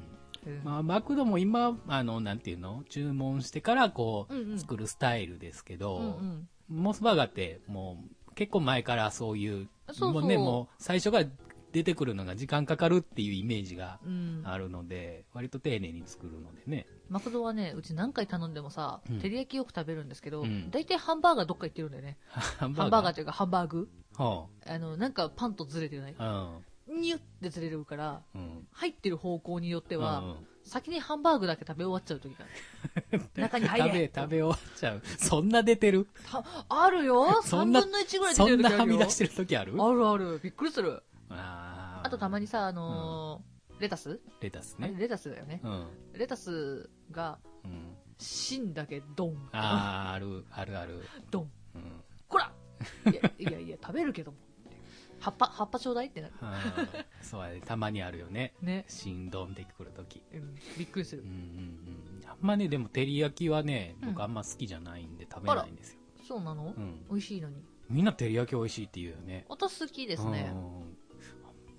Speaker 1: うん
Speaker 2: まあ、マクドも今、あの、なんていうの注文してから、こう、
Speaker 1: うんうん
Speaker 2: 作るスタイルですけど、
Speaker 1: うんうん
Speaker 2: モスバーガーって、もう、結構前からそういう、
Speaker 1: そうそう
Speaker 2: もうね、もう、最初が出てくるのが時間かかるっていうイメージが
Speaker 1: うん。
Speaker 2: あるので、割と丁寧に作るのでね。
Speaker 1: マクドはね、うち何回頼んでもさ
Speaker 2: うん、
Speaker 1: 照り焼きよく食べるんですけど
Speaker 2: うん、
Speaker 1: 大体ハンバーガーどっか行ってるんだよね。
Speaker 2: ハン
Speaker 1: ハンバーガー
Speaker 2: ー
Speaker 1: というかハンバーグ
Speaker 2: は
Speaker 1: あの、なんかパンとずれてない
Speaker 2: あ、
Speaker 1: ニュってずれるから、
Speaker 2: うん。うん。
Speaker 1: 入ってる方向によって
Speaker 2: うんう
Speaker 1: は、
Speaker 2: ん
Speaker 1: 先にハンバーグだけ食べ終わっちゃう時がある。中に入
Speaker 2: 食
Speaker 1: れ
Speaker 2: べ、食べ終わっちゃう。そんな出てる
Speaker 1: たあるよ
Speaker 2: そ
Speaker 1: !3
Speaker 2: んな
Speaker 1: 分の1ぐらい出
Speaker 2: そ
Speaker 1: てる
Speaker 2: ん
Speaker 1: 時
Speaker 2: な
Speaker 1: あ
Speaker 2: は
Speaker 1: る
Speaker 2: み
Speaker 1: よ
Speaker 2: 出してる時ある
Speaker 1: あるある。びっくりする。
Speaker 2: あー
Speaker 1: あとたまにさ、あのー、レタス
Speaker 2: レタス
Speaker 1: あれ
Speaker 2: ね。
Speaker 1: レタスだよね
Speaker 2: う。ん。
Speaker 1: レタスが、
Speaker 2: うん。
Speaker 1: 芯だけドン。
Speaker 2: ああ、ある、あるある。
Speaker 1: ドン。
Speaker 2: うん。
Speaker 1: こらいやいやいや、食べるけども。葉っぱ、葉っぱちょうだいってなる。
Speaker 2: あーそうやね。たまにあるよね。
Speaker 1: ね。
Speaker 2: 振動でくるとき。
Speaker 1: うん、びっくりす
Speaker 2: う
Speaker 1: る
Speaker 2: んう。んうん。あんまね、でも、照り焼きはね、僕あんま好きじゃないんで食べないんですよ。
Speaker 1: そうなの、
Speaker 2: うん。
Speaker 1: 美味しいのに。
Speaker 2: みんな照り焼き美味しいって言うよね。
Speaker 1: 私好きで
Speaker 2: です
Speaker 1: ね。
Speaker 2: あんまりこ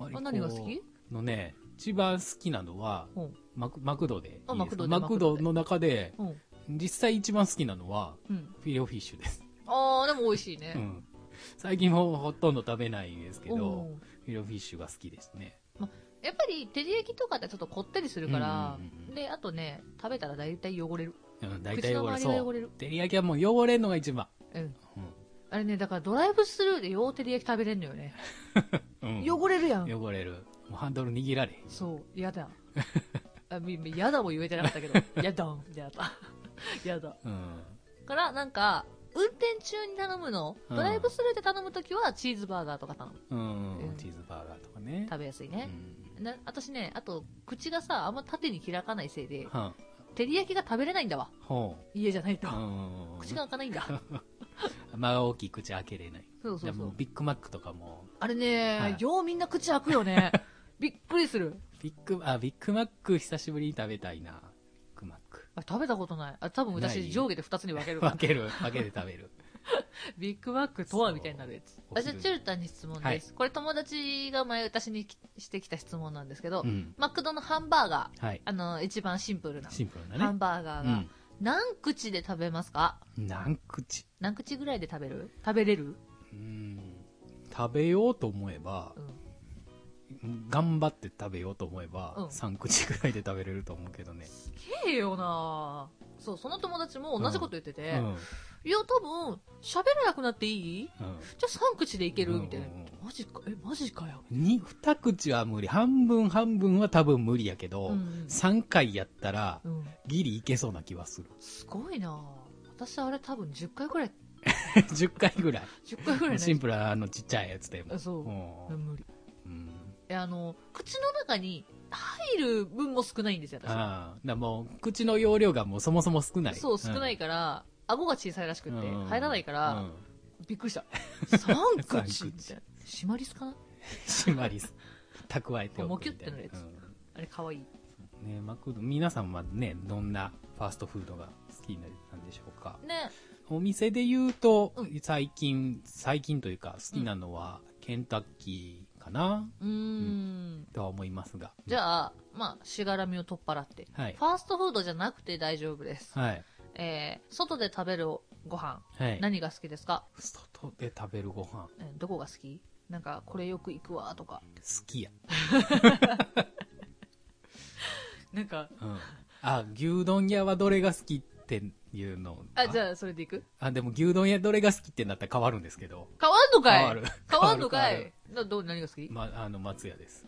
Speaker 1: あ
Speaker 2: う
Speaker 1: 何が好き
Speaker 2: のね、一番好きなのは、
Speaker 1: うん。
Speaker 2: マクマクドでいいです
Speaker 1: あ
Speaker 2: か。
Speaker 1: マクドで
Speaker 2: マクドの中で、
Speaker 1: うん。
Speaker 2: 実際一番好きなのは、
Speaker 1: うん。
Speaker 2: フィレオフィッシュです。
Speaker 1: ああ、でも美味しいうね。
Speaker 2: ん。最近もほとんど食べないんですけ
Speaker 1: う
Speaker 2: ど
Speaker 1: ん、
Speaker 2: フィレオフィッシュが好きですね。
Speaker 1: やっぱり、照り焼きとかってちょっとこってりするから、
Speaker 2: うんうんうん
Speaker 1: で、あとね、食べたら大体汚れる。
Speaker 2: うん、大体汚れ
Speaker 1: 口の周りが
Speaker 2: そ
Speaker 1: 汚れ
Speaker 2: う
Speaker 1: る。
Speaker 2: 照り焼きはもう汚れんのが一番。
Speaker 1: うん。
Speaker 2: う
Speaker 1: あれね、だからドライブスルーでよう照り焼き食べれんのよね。
Speaker 2: ん。うん
Speaker 1: 汚れるやん。
Speaker 2: 汚れる。もうハンドル握られへん。
Speaker 1: そう、嫌だ。あ、み、み嫌だも言えてなかったけ ど、やだん、やだ。 やだ。
Speaker 2: うん。
Speaker 1: から、なんか、運転中に頼むの、
Speaker 2: うん
Speaker 1: ドライブスルーで頼むときはチーズバーガーとか頼む。
Speaker 2: うん、
Speaker 1: うん
Speaker 2: チーズバーガーとかね。
Speaker 1: 食べやすいうね。
Speaker 2: ん。
Speaker 1: な私ね、あと、口がさ、あんま縦に開かないせいで、
Speaker 2: はん。
Speaker 1: 照り焼きが食べれないんだわ。
Speaker 2: ほ。
Speaker 1: 家じゃないう
Speaker 2: う
Speaker 1: と。
Speaker 2: ん。
Speaker 1: 口が開かないんだ。
Speaker 2: まあ大きい口開けれない。
Speaker 1: そうそ
Speaker 2: じゃ
Speaker 1: う
Speaker 2: あ
Speaker 1: そ
Speaker 2: もう
Speaker 1: う。
Speaker 2: ビッグマックとかも、
Speaker 1: あれね、
Speaker 2: はい
Speaker 1: ようみんな口開くよね。びっくりする。
Speaker 2: ビッグ、あ、ビッグマック久しぶりに食べたいな。ビッグマック。
Speaker 1: あ食べたことない。あ、多分
Speaker 2: ない
Speaker 1: 私上下で2つに分けるから
Speaker 2: 分。ける、分けて食べ る。
Speaker 1: ビッグマックとはみたいになるやつ。
Speaker 2: そう
Speaker 1: あじゃあ、チュルタンに質問です。これ友達が前私にきしてきた質問なんですけど、
Speaker 2: うん。
Speaker 1: マクドのハンバーガー、
Speaker 2: はい。
Speaker 1: あの、一番シンプルな、
Speaker 2: シンプル
Speaker 1: ハ
Speaker 2: だね
Speaker 1: ン。バーガーが、何口で食べますか
Speaker 2: うん。何口。
Speaker 1: 何口ぐらいで食べる食べれる
Speaker 2: うん。食べようと思えば
Speaker 1: う、ん。
Speaker 2: 頑張って食べようと思えば、
Speaker 1: うん
Speaker 2: 3口ぐらいで食べれると思うけどね。
Speaker 1: ええよなそう、その友達も同じこと言ってて、
Speaker 2: うん。
Speaker 1: いや、多分、喋らなくなっていい
Speaker 2: うん。
Speaker 1: じゃあ3口でいけるみたいな
Speaker 2: うんうん。
Speaker 1: マジか、え、マジかよ。
Speaker 2: に、二口は無理。半分半分は多分無理やけど、
Speaker 1: うん
Speaker 2: 三回やったら、
Speaker 1: うん。
Speaker 2: ギリいけそうな気は する。
Speaker 1: すごいな私あれ多分10回ぐらい、
Speaker 2: 10回ぐらい。
Speaker 1: 10回ぐらい
Speaker 2: シンプルなあのちっちゃいやつでも。
Speaker 1: そう無理。
Speaker 2: うん。うん。
Speaker 1: えあの、口の中に入る分も少ないんですよ、私。
Speaker 2: ああ。だからもう、口の容量がもうそもそも少ない。
Speaker 1: そう、少ないか
Speaker 2: か
Speaker 1: ら、顎が小さいらしくって、入らないから、
Speaker 2: うん、
Speaker 1: びっくりした。3
Speaker 2: 三
Speaker 1: 口
Speaker 2: 口
Speaker 1: みたいな。シマリスかな
Speaker 2: 締まりす、蓄えておくみたいな。
Speaker 1: もうキュッてなるやつあれ可愛い。
Speaker 2: うんねマクド、皆さんはね、どんなファーストフードが好きなんでしょうか。
Speaker 1: ね。
Speaker 2: お店で言うと、
Speaker 1: うん
Speaker 2: 最近、最近というか好きなのは、ケンタッキーかな、
Speaker 1: うーん。
Speaker 2: とは思いますが。
Speaker 1: じゃあ、まあ、しがらみを取っ払って。
Speaker 2: はい
Speaker 1: ファーストフードじゃなくて大丈夫です。
Speaker 2: はい。
Speaker 1: えー、外で食べるご飯、
Speaker 2: はい。
Speaker 1: 何が好きですか、
Speaker 2: 外で食べるご飯、好
Speaker 1: えーどこが好きなんか、これよく行くわ、とか。
Speaker 2: きや。
Speaker 1: なんか、
Speaker 2: うん。あ、牛丼屋はどれが好きっていうの。
Speaker 1: あ、じ
Speaker 2: あ。
Speaker 1: ゃあ、それで行く
Speaker 2: あ、でも牛丼屋どれが好きってなったら変わるんですけど。
Speaker 1: 変わんのかい
Speaker 2: 変わる
Speaker 1: 変わんのか
Speaker 2: 変わ
Speaker 1: い
Speaker 2: る
Speaker 1: などう何が好き、
Speaker 2: ま、あの、松屋です。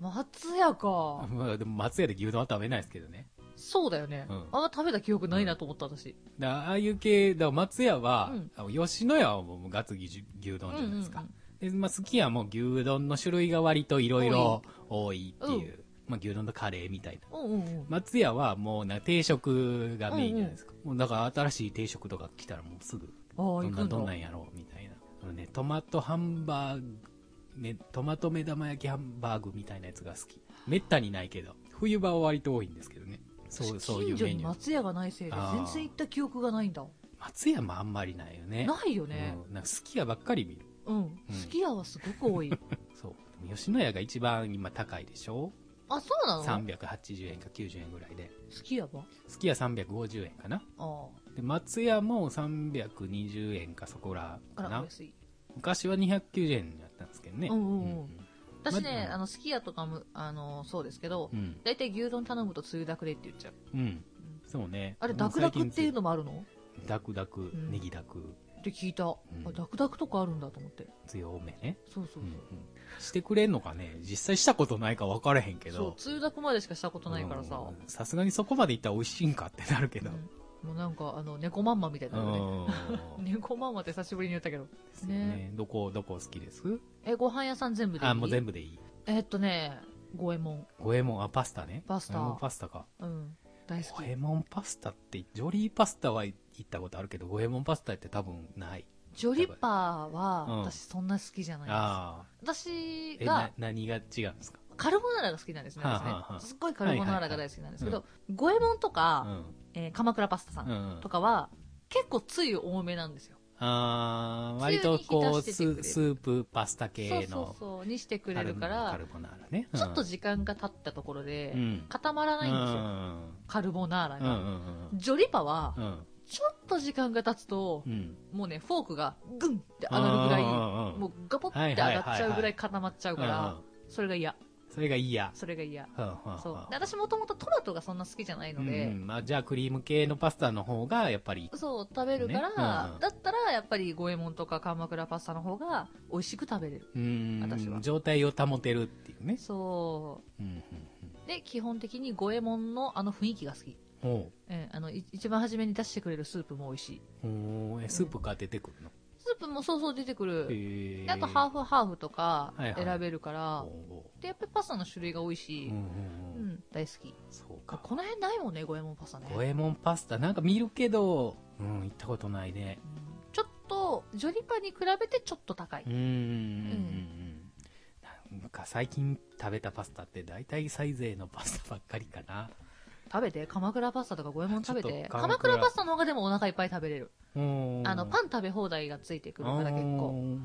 Speaker 1: 松屋か。
Speaker 2: まあ、でも松屋で牛丼は食べないですけどね。
Speaker 1: そうだよね。
Speaker 2: うん
Speaker 1: あんま食べた記憶ないなと思った私。
Speaker 2: だああいう系、だ松屋は、
Speaker 1: うん
Speaker 2: あの吉野家はもうガツ牛牛丼じゃないですか。
Speaker 1: うん
Speaker 2: で、まあ、好きやもう牛丼の種類が割といろいろ多いっていう。まあ、牛丼とカレーみたいな。
Speaker 1: うんうんうん。
Speaker 2: 松屋はもうな定食がメインじゃないですか。もうだから新しい定食とか来たらもうすぐ、
Speaker 1: ああ、
Speaker 2: ど
Speaker 1: 行
Speaker 2: ん
Speaker 1: く
Speaker 2: なんどん
Speaker 1: だ。
Speaker 2: なんやろうみたいな。あのね、トマトハンバーグ、ね、トマト目玉焼きハンバーグみたいなやつが好き。めったにないけど。冬場は割と多いんですけどね。そう、そうい
Speaker 1: 近
Speaker 2: う
Speaker 1: 所
Speaker 2: メ
Speaker 1: に
Speaker 2: ニュー。
Speaker 1: 松屋がないせいで
Speaker 2: あー
Speaker 1: 全然行った記憶がないんだ。
Speaker 2: 松屋もあんまりないよね。
Speaker 1: ないよね。
Speaker 2: うん、なんか好き家ばっかり見る。
Speaker 1: うん。すき家はすごく多 い。
Speaker 2: そう。でも吉野家が一番今高いでしょ
Speaker 1: あ、そうなの
Speaker 2: ?380 円か90円ぐらいで。
Speaker 1: すき家は
Speaker 2: 好き家350円かな。
Speaker 1: あ
Speaker 2: で、松屋も320円かそこら
Speaker 1: あ。
Speaker 2: か
Speaker 1: あら、
Speaker 2: な
Speaker 1: お。安い。
Speaker 2: 昔は290円だったんですけどね。
Speaker 1: うんうんうん私ね、
Speaker 2: ま
Speaker 1: あの、すき家とかも、あの、そうですけど
Speaker 2: う、ん。
Speaker 1: 大体牛丼頼むとつゆだくでって言っちゃう。
Speaker 2: うん。そうね。
Speaker 1: あれ、ダクダクっていう
Speaker 2: の
Speaker 1: のもあるの
Speaker 2: ダクダク、
Speaker 1: ん
Speaker 2: ネギダク、
Speaker 1: って聞いた。あ
Speaker 2: ん、
Speaker 1: ダクダクとかあるんだと思って。
Speaker 2: 強めね。
Speaker 1: そうそう
Speaker 2: うんう。
Speaker 1: そうん
Speaker 2: してくれんのかね実際したことないか分からへんけ
Speaker 1: そう
Speaker 2: ど、。
Speaker 1: つゆだくまでしかしたことないからさ。
Speaker 2: うんさすがにそこまでいったら美味しいんかってなるけど。
Speaker 1: うんもうなんか、あの、猫まんまみたいな ね。
Speaker 2: うん
Speaker 1: 猫まんまって久しぶりに言ったけど。
Speaker 2: ですよね。どこ、どこ好きです
Speaker 1: え、ご飯屋さん全部でいい
Speaker 2: あ、もう全
Speaker 1: 部。
Speaker 2: 部でいい。
Speaker 1: えーっとね、五右衛門。
Speaker 2: 五右衛門、あ、パスタね。
Speaker 1: パスタ
Speaker 2: 五右衛門パスタか。
Speaker 1: うん。大好
Speaker 2: 五
Speaker 1: き。
Speaker 2: 右衛門パスタって、ジョリーパスタは行ったことあるけど、五右衛門パスタって多分ない。
Speaker 1: ジョリッパーは、
Speaker 2: うん
Speaker 1: 私そんな好きじゃない
Speaker 2: ああ。
Speaker 1: です。私
Speaker 2: え、な
Speaker 1: が、
Speaker 2: 何が違うんですか
Speaker 1: カルボナーラが好きなんですね。
Speaker 2: はあ
Speaker 1: 私ね
Speaker 2: はあはあ
Speaker 1: すっごいカルボナーラが大好きなんですけ
Speaker 2: は
Speaker 1: ど、五右衛門と
Speaker 2: う
Speaker 1: か、
Speaker 2: ん。
Speaker 1: えー鎌倉パスタさ
Speaker 2: うんん。
Speaker 1: とかは、結構つゆ多めなんですよ。
Speaker 2: あー割とこう、ス
Speaker 1: つゆに浸しててくれる
Speaker 2: スープ、パスタ
Speaker 1: そう
Speaker 2: 系
Speaker 1: そう
Speaker 2: の。
Speaker 1: そう。にしてくれるか
Speaker 2: カ
Speaker 1: ら
Speaker 2: ル、ボナーラね。うん
Speaker 1: ちょっと時間が経ったところで
Speaker 2: うん、
Speaker 1: 固まらないんですよ。
Speaker 2: う
Speaker 1: カルボナーラ
Speaker 2: んう
Speaker 1: が。
Speaker 2: んうん
Speaker 1: ジョリパは
Speaker 2: う、ん。
Speaker 1: ちょっと時間が経つと
Speaker 2: う、ん。
Speaker 1: もうね、フォークがグンって上がるぐらい、
Speaker 2: うんうんうん
Speaker 1: もうガポって上がっちゃうぐらい固まっちゃうか
Speaker 2: はいはい
Speaker 1: ら
Speaker 2: はい、
Speaker 1: それが嫌。
Speaker 2: それがいいや。
Speaker 1: それが嫌。
Speaker 2: そ
Speaker 1: そう。で私もともとトマトがそんな好きじゃないの
Speaker 2: う
Speaker 1: で、
Speaker 2: んうんまあ、じゃあクリーム系のパスタの方がやっぱり
Speaker 1: そう、食べるか
Speaker 2: ね
Speaker 1: ら、
Speaker 2: うん
Speaker 1: だったらやっぱり五右衛門とか鎌倉パスタの方が美味しく食べれる。
Speaker 2: うーん
Speaker 1: 私は
Speaker 2: 状態を保てるっていうね、
Speaker 1: そ
Speaker 2: うんうん
Speaker 1: う。で、基本的に五右衛門のあの雰囲気が好き。
Speaker 2: うん、おう
Speaker 1: えーあの、い一番初めに出してくれるスープも美味しい。
Speaker 2: おうえスープが出てくるの、
Speaker 1: スープもそうそう出てくる。
Speaker 2: へ
Speaker 1: で
Speaker 2: え
Speaker 1: あとハーフハーフとか
Speaker 2: はいはい
Speaker 1: 選べるから、
Speaker 2: おうお
Speaker 1: でやっぱりパスタの種類が多いうし、
Speaker 2: う
Speaker 1: う
Speaker 2: んう
Speaker 1: ん
Speaker 2: んうん
Speaker 1: 大好き
Speaker 2: そうか
Speaker 1: この辺ないもんね五右衛門パスタね、
Speaker 2: 五右衛門パスタなんか見るけどうん行ったことないね
Speaker 1: うんちょっとジョリパに比べてちょっと高い、
Speaker 2: うんうんうんうんなんか最近食べたパスタって大体サイゼのパスタばっかりかな
Speaker 1: 食べて鎌倉パスタとか五右衛門食べ
Speaker 2: ちょってと鎌
Speaker 1: 鎌
Speaker 2: 倉
Speaker 1: 倉パスタの方がでもお腹いっぱい食べれるあ
Speaker 2: あ
Speaker 1: のパン食べ放題がついてくるから結構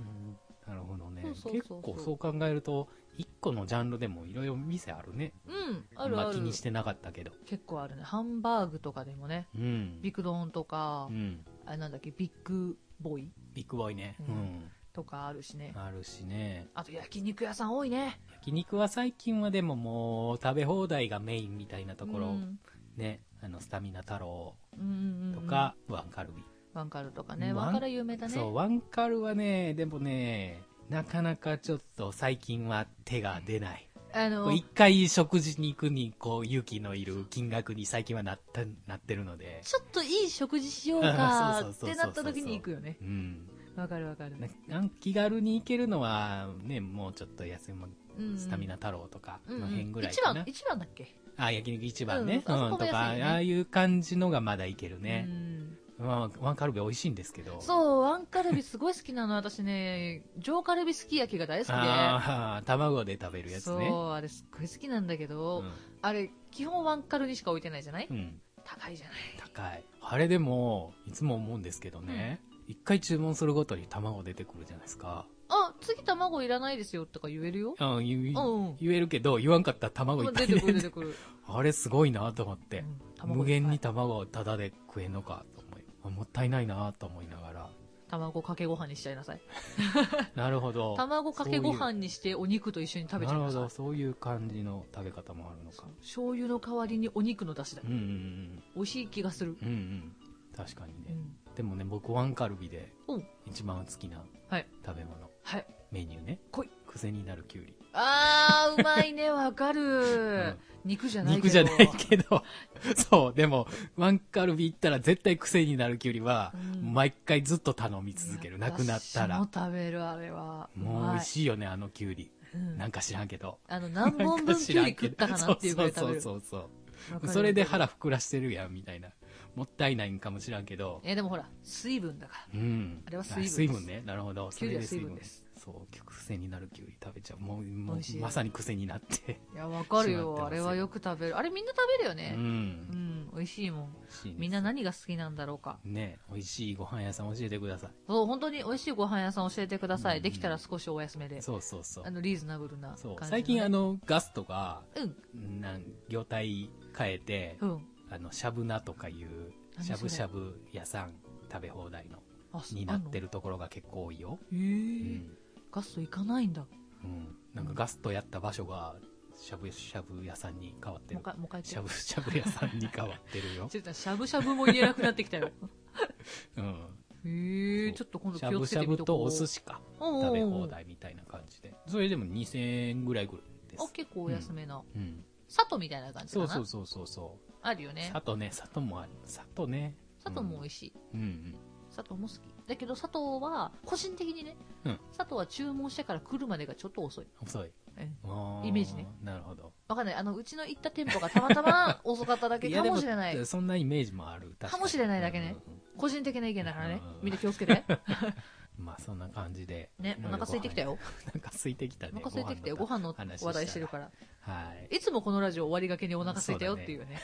Speaker 2: なるほどね
Speaker 1: そうそうそうそう
Speaker 2: 結構そう考えると一個のジャンルでもいろいろ店あるね
Speaker 1: うんあるあ
Speaker 2: ま気
Speaker 1: る
Speaker 2: にしてなかったけど
Speaker 1: 結構あるねハンバーグとかでもね
Speaker 2: うん
Speaker 1: ビッグドーンとか、
Speaker 2: うん
Speaker 1: あれなんだっけビッグボーイ
Speaker 2: ビッグボーイね、
Speaker 1: う
Speaker 2: うん
Speaker 1: とかあるしね
Speaker 2: あるしね
Speaker 1: あと焼肉屋さん多いね
Speaker 2: 焼肉は最近はでももう食べ放題がメインみたいなところ、
Speaker 1: うん
Speaker 2: ねあのスタミナ太郎
Speaker 1: うんうんうん
Speaker 2: とか、ワンカルビ、
Speaker 1: ワンカルとかね
Speaker 2: ワン
Speaker 1: ワンカル有名だね
Speaker 2: そうワンカルはねでもねなかなかちょっと最近は手が出ない
Speaker 1: あ
Speaker 2: こう
Speaker 1: の
Speaker 2: 一回食事に行くにこう勇気のいる金額に最近はなったなってるので
Speaker 1: ちょっといい食事しよう
Speaker 2: そ
Speaker 1: か
Speaker 2: う
Speaker 1: っ
Speaker 2: そうそうそうそ
Speaker 1: て
Speaker 2: う
Speaker 1: なった時に行くよね
Speaker 2: うん
Speaker 1: わかるわかる
Speaker 2: ななん気軽に行けるのはねもうちょっと安いもん
Speaker 1: うんうん
Speaker 2: スタミナ太郎とか
Speaker 1: うんう
Speaker 2: の
Speaker 1: ん
Speaker 2: 辺ぐらい
Speaker 1: 一
Speaker 2: かな、
Speaker 1: 番一番だっけ
Speaker 2: あ焼肉一番ね、
Speaker 1: う
Speaker 2: うんん
Speaker 1: あそこも安
Speaker 2: とか
Speaker 1: いよね
Speaker 2: ああいう感じのがまだいける
Speaker 1: う
Speaker 2: ね、
Speaker 1: ん
Speaker 2: まあ、ワンカルビ美味しいんですけど
Speaker 1: そうワンカルビすごい好きなの私 ね上カルビすき焼きが大好きで
Speaker 2: ああ卵で食べるやつ
Speaker 1: そ
Speaker 2: ね
Speaker 1: うあれすっごい好きなんだけど、
Speaker 2: うん
Speaker 1: あれ基本ワンカルにしか置いてないじゃない、
Speaker 2: うん、
Speaker 1: 高いじゃない
Speaker 2: 高いあれでもいつも思うんですけどね、一回注文するごとに卵出てくるじゃないですか、
Speaker 1: あ次卵いらないですよとか言えるよ
Speaker 2: うん言
Speaker 1: う
Speaker 2: うん
Speaker 1: うん
Speaker 2: 言えるけど言わんかったら卵いっぱ
Speaker 1: 出
Speaker 2: い
Speaker 1: て
Speaker 2: 出
Speaker 1: くる出
Speaker 2: て
Speaker 1: てくる、
Speaker 2: あれすごいなと思って、
Speaker 1: うん
Speaker 2: 無限
Speaker 1: い
Speaker 2: に
Speaker 1: っぱ
Speaker 2: 卵をタダで食えんのかと思いあもったいないなと思いな がら
Speaker 1: い卵かけご飯にしちゃいなさい
Speaker 2: なるほど
Speaker 1: 卵かけご飯にしてお肉と一緒に食べちゃい
Speaker 2: な
Speaker 1: な
Speaker 2: るほ
Speaker 1: さ
Speaker 2: ど
Speaker 1: い
Speaker 2: そういう感じの食べ方もあるのか
Speaker 1: 醤油の代わりにお肉の出汁だ
Speaker 2: う
Speaker 1: よ、
Speaker 2: んうん
Speaker 1: 美味しい気がする、
Speaker 2: うんうんうん確かに
Speaker 1: う
Speaker 2: ね、
Speaker 1: ん、
Speaker 2: でもね僕ワンカルビで
Speaker 1: うん
Speaker 2: 一番好きな
Speaker 1: はい
Speaker 2: 食べ物、
Speaker 1: はい
Speaker 2: メニューね
Speaker 1: 来い
Speaker 2: 癖になるきゅうり
Speaker 1: あーうまい ねわかる、
Speaker 2: ん
Speaker 1: 肉じゃないけど
Speaker 2: 肉じゃないけど そうでもワンカルビ行ったら絶対癖になるきゅうりは、
Speaker 1: うん
Speaker 2: 毎回ずっと頼み続けるなくなったら
Speaker 1: 私も食べるあれは
Speaker 2: もう美味
Speaker 1: い、
Speaker 2: しいよねあのきゅうり
Speaker 1: うん
Speaker 2: なんか知らんけど
Speaker 1: あの何本分きゅうり食ったかなっていうぐらい食べる
Speaker 2: そうそうそう
Speaker 1: わ
Speaker 2: そ
Speaker 1: か
Speaker 2: う
Speaker 1: る
Speaker 2: それで腹膨らしてるやんみたいなもったいないんかもしらんけど
Speaker 1: えでもほら水分だから
Speaker 2: うん
Speaker 1: あれは水分です
Speaker 2: ねなるほど
Speaker 1: きゅうりは水分です
Speaker 2: それそう癖になるきゅうり食べちゃうもうもう
Speaker 1: 美味しい
Speaker 2: まさに癖になって
Speaker 1: いやわかる
Speaker 2: しまっ
Speaker 1: よ
Speaker 2: てますよ
Speaker 1: あれはよく食べるあれみんな食べるよ
Speaker 2: う
Speaker 1: ねうんん、美味しいもん
Speaker 2: 美味しいです
Speaker 1: みんな何が好きなんだろうか
Speaker 2: ね美味しいご飯屋さん教えてくださ
Speaker 1: そう本当に美味しいご飯屋さん教えてください、
Speaker 2: うん
Speaker 1: できたら少しお休みで
Speaker 2: いそうそうそう
Speaker 1: あのリーズナブルな感じ
Speaker 2: そ
Speaker 1: の
Speaker 2: う
Speaker 1: ね、
Speaker 2: 最近あのガストが
Speaker 1: うん
Speaker 2: なん業態変えて
Speaker 1: うん
Speaker 2: あのしゃぶなとかいう
Speaker 1: 何
Speaker 2: しゃぶしゃ
Speaker 1: そ
Speaker 2: ぶ屋さん食べ放題の
Speaker 1: あそう
Speaker 2: になってるところが結構多いよ、
Speaker 1: あんのへ
Speaker 2: う
Speaker 1: え、
Speaker 2: ん
Speaker 1: ガスト行かないんだも
Speaker 2: うん、なんかガストやった場所がしゃぶしゃぶ屋さんに変わっ
Speaker 1: う
Speaker 2: て
Speaker 1: 一
Speaker 2: る
Speaker 1: 回もう一回言って
Speaker 2: しゃぶしゃぶ屋さんに変わってる よ
Speaker 1: ちょっとしゃぶしゃぶも言えなくなってきた よへ
Speaker 2: うんそ
Speaker 1: え
Speaker 2: う
Speaker 1: ちょっと今度
Speaker 2: し
Speaker 1: 気
Speaker 2: ゃ
Speaker 1: を
Speaker 2: ぶ
Speaker 1: つ
Speaker 2: し
Speaker 1: け
Speaker 2: ゃ
Speaker 1: てみ
Speaker 2: ぶ
Speaker 1: とことう
Speaker 2: お寿司か
Speaker 1: 食
Speaker 2: 食べ放題みたいな感じでそれでも2000円ぐらいぐらいで
Speaker 1: あ
Speaker 2: す
Speaker 1: 結構お安めの、
Speaker 2: うん、
Speaker 1: 佐藤みたいな感じか
Speaker 2: そ
Speaker 1: な
Speaker 2: うそうそうそうそう
Speaker 1: あるよね
Speaker 2: 砂糖ね砂糖もある砂糖ね
Speaker 1: 佐藤も美
Speaker 2: い
Speaker 1: 味しい、
Speaker 2: うんうん
Speaker 1: 佐藤も好きだけど佐藤は個人的にね、
Speaker 2: うん
Speaker 1: 佐藤は注文してから来るまでがちょっと遅い
Speaker 2: うん、遅い
Speaker 1: え
Speaker 2: あー
Speaker 1: イメージね
Speaker 2: なるほど
Speaker 1: わかんないあのうちの行った店舗がたまた ま遅かっただけかもしれない
Speaker 2: やでそんなイメージもある確に
Speaker 1: かもしれないだけね
Speaker 2: うんうん
Speaker 1: 個人的な意見だからね
Speaker 2: うん
Speaker 1: みんな気を つけて
Speaker 2: うんまあそんな感じで
Speaker 1: ねお腹空いてきた よ
Speaker 2: なんか空いてきたね
Speaker 1: お腹空いてきたよご
Speaker 2: ご飯
Speaker 1: 飯の
Speaker 2: 話
Speaker 1: 話題してるから
Speaker 2: のはい
Speaker 1: いつもこのラジオ終わりがけにお腹空いたよっていうね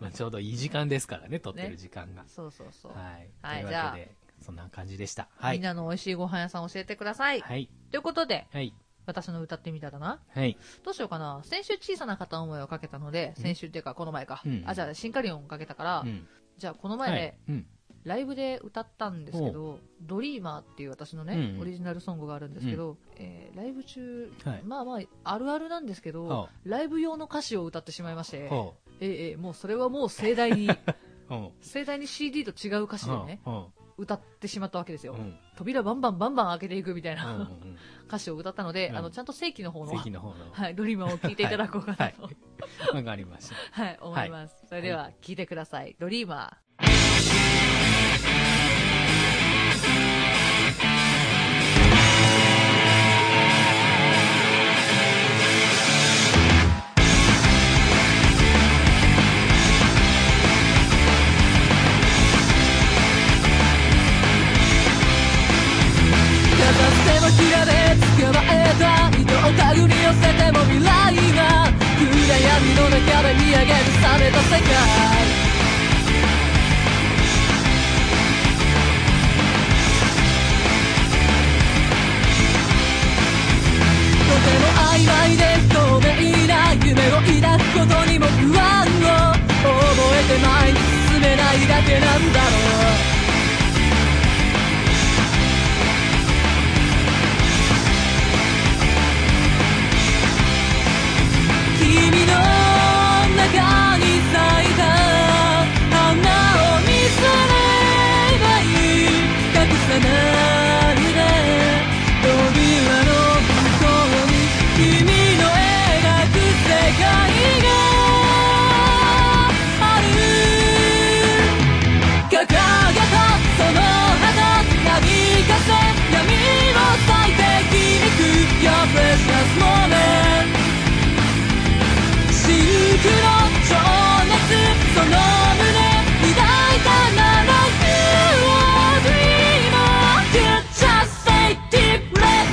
Speaker 2: まあ、ちょうどいい時間ですか らね、撮ってる時間が。
Speaker 1: そうそうそう、
Speaker 2: はい。
Speaker 1: はい
Speaker 2: という
Speaker 1: じゃ
Speaker 2: わ
Speaker 1: あ
Speaker 2: けで、そんな感じでした。は
Speaker 1: みん
Speaker 2: い。
Speaker 1: なの美味しいご飯屋さん教えてください、
Speaker 2: はい。
Speaker 1: ということで
Speaker 2: はい。
Speaker 1: 私の歌ってみただな
Speaker 2: はい。
Speaker 1: どうしようかな先週小さな片思いをかけたので
Speaker 2: うん
Speaker 1: 先週っていうかこの前か、
Speaker 2: うん
Speaker 1: あじゃあシンカリオンをかけたから、
Speaker 2: うん。
Speaker 1: じゃあこの前、
Speaker 2: はい。うん。
Speaker 1: ライブで歌ったんですけど「ドリーマーっていう私のね、
Speaker 2: うん
Speaker 1: オリジナルソングがあるんですけど、えーライブ中、
Speaker 2: はい
Speaker 1: まあまああるあるなんですけど、
Speaker 2: ほ
Speaker 1: ライブ用の歌詞を歌ってしまいまして
Speaker 2: う。、ほ
Speaker 1: ええええもうそれはもう盛大 に
Speaker 2: う。ほう。
Speaker 1: 盛大に CD と違う歌詞で
Speaker 2: ほう。
Speaker 1: ね
Speaker 2: ほ
Speaker 1: 歌ってしまったわけです
Speaker 2: う。
Speaker 1: よ、
Speaker 2: うん。うん
Speaker 1: 扉バンバンバンバン開けていくみたい
Speaker 2: うん
Speaker 1: な、
Speaker 2: うん。
Speaker 1: 歌詞を歌ったので、
Speaker 2: うん
Speaker 1: あのちゃんと正規の方の、
Speaker 2: 席の方の。
Speaker 1: はい、ドリーマーを聴いていただこうかなと、
Speaker 2: は
Speaker 1: はいい
Speaker 2: わかりました。
Speaker 1: 思います、それでは聴いてください「ドリーマー
Speaker 3: 「なんだろう「君の中に咲いた花を見せればいい」「隠さないで」「扉の向こうに君の描く世界がある」「掲げたその花なびかせ」「闇を裂いて響く Your precious moment」シンクの情熱その胸抱いたならば「You are dreamer」「Just take deep breath」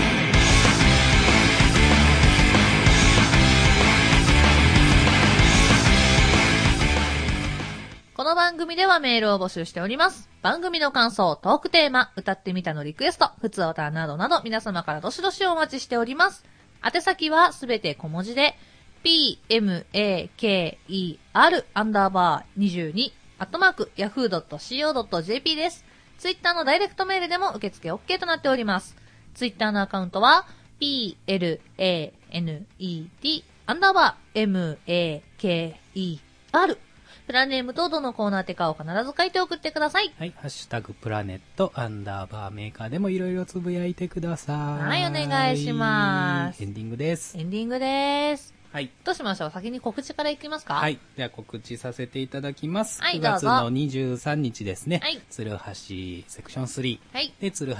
Speaker 1: この番組ではメールを募集しております。番組の感想、トークテーマ、歌ってみたのリクエスト、普通オタなどなど皆様からどしどしお待ちしております。宛先はすべて小文字で、p, m, a, k, e, r, アンダーバー22、アットマーク、yahoo.co.jp です。ツイッターのダイレクトメールでも受付 OK となっております。ツイッターのアカウントは、p, l, a, n, e, t, アンダーバー m, a, k, e, r プラネームとどのコーナーてかを必ず書いて送ってください。
Speaker 2: はい、ハッシュタグプラネットアンダーバーメーカーでもいろいろつぶやいてください。
Speaker 1: はいお願いします
Speaker 2: エンディングです。
Speaker 1: エンディングです。
Speaker 2: はい。
Speaker 1: どうしましょう先に告知からいきますか。
Speaker 2: はいい。では告知させていただきます。
Speaker 1: はい
Speaker 2: 9月
Speaker 1: どうぞ
Speaker 2: の23日ですね。
Speaker 1: はい
Speaker 2: 鶴橋セクション3
Speaker 1: はい。
Speaker 2: で鶴橋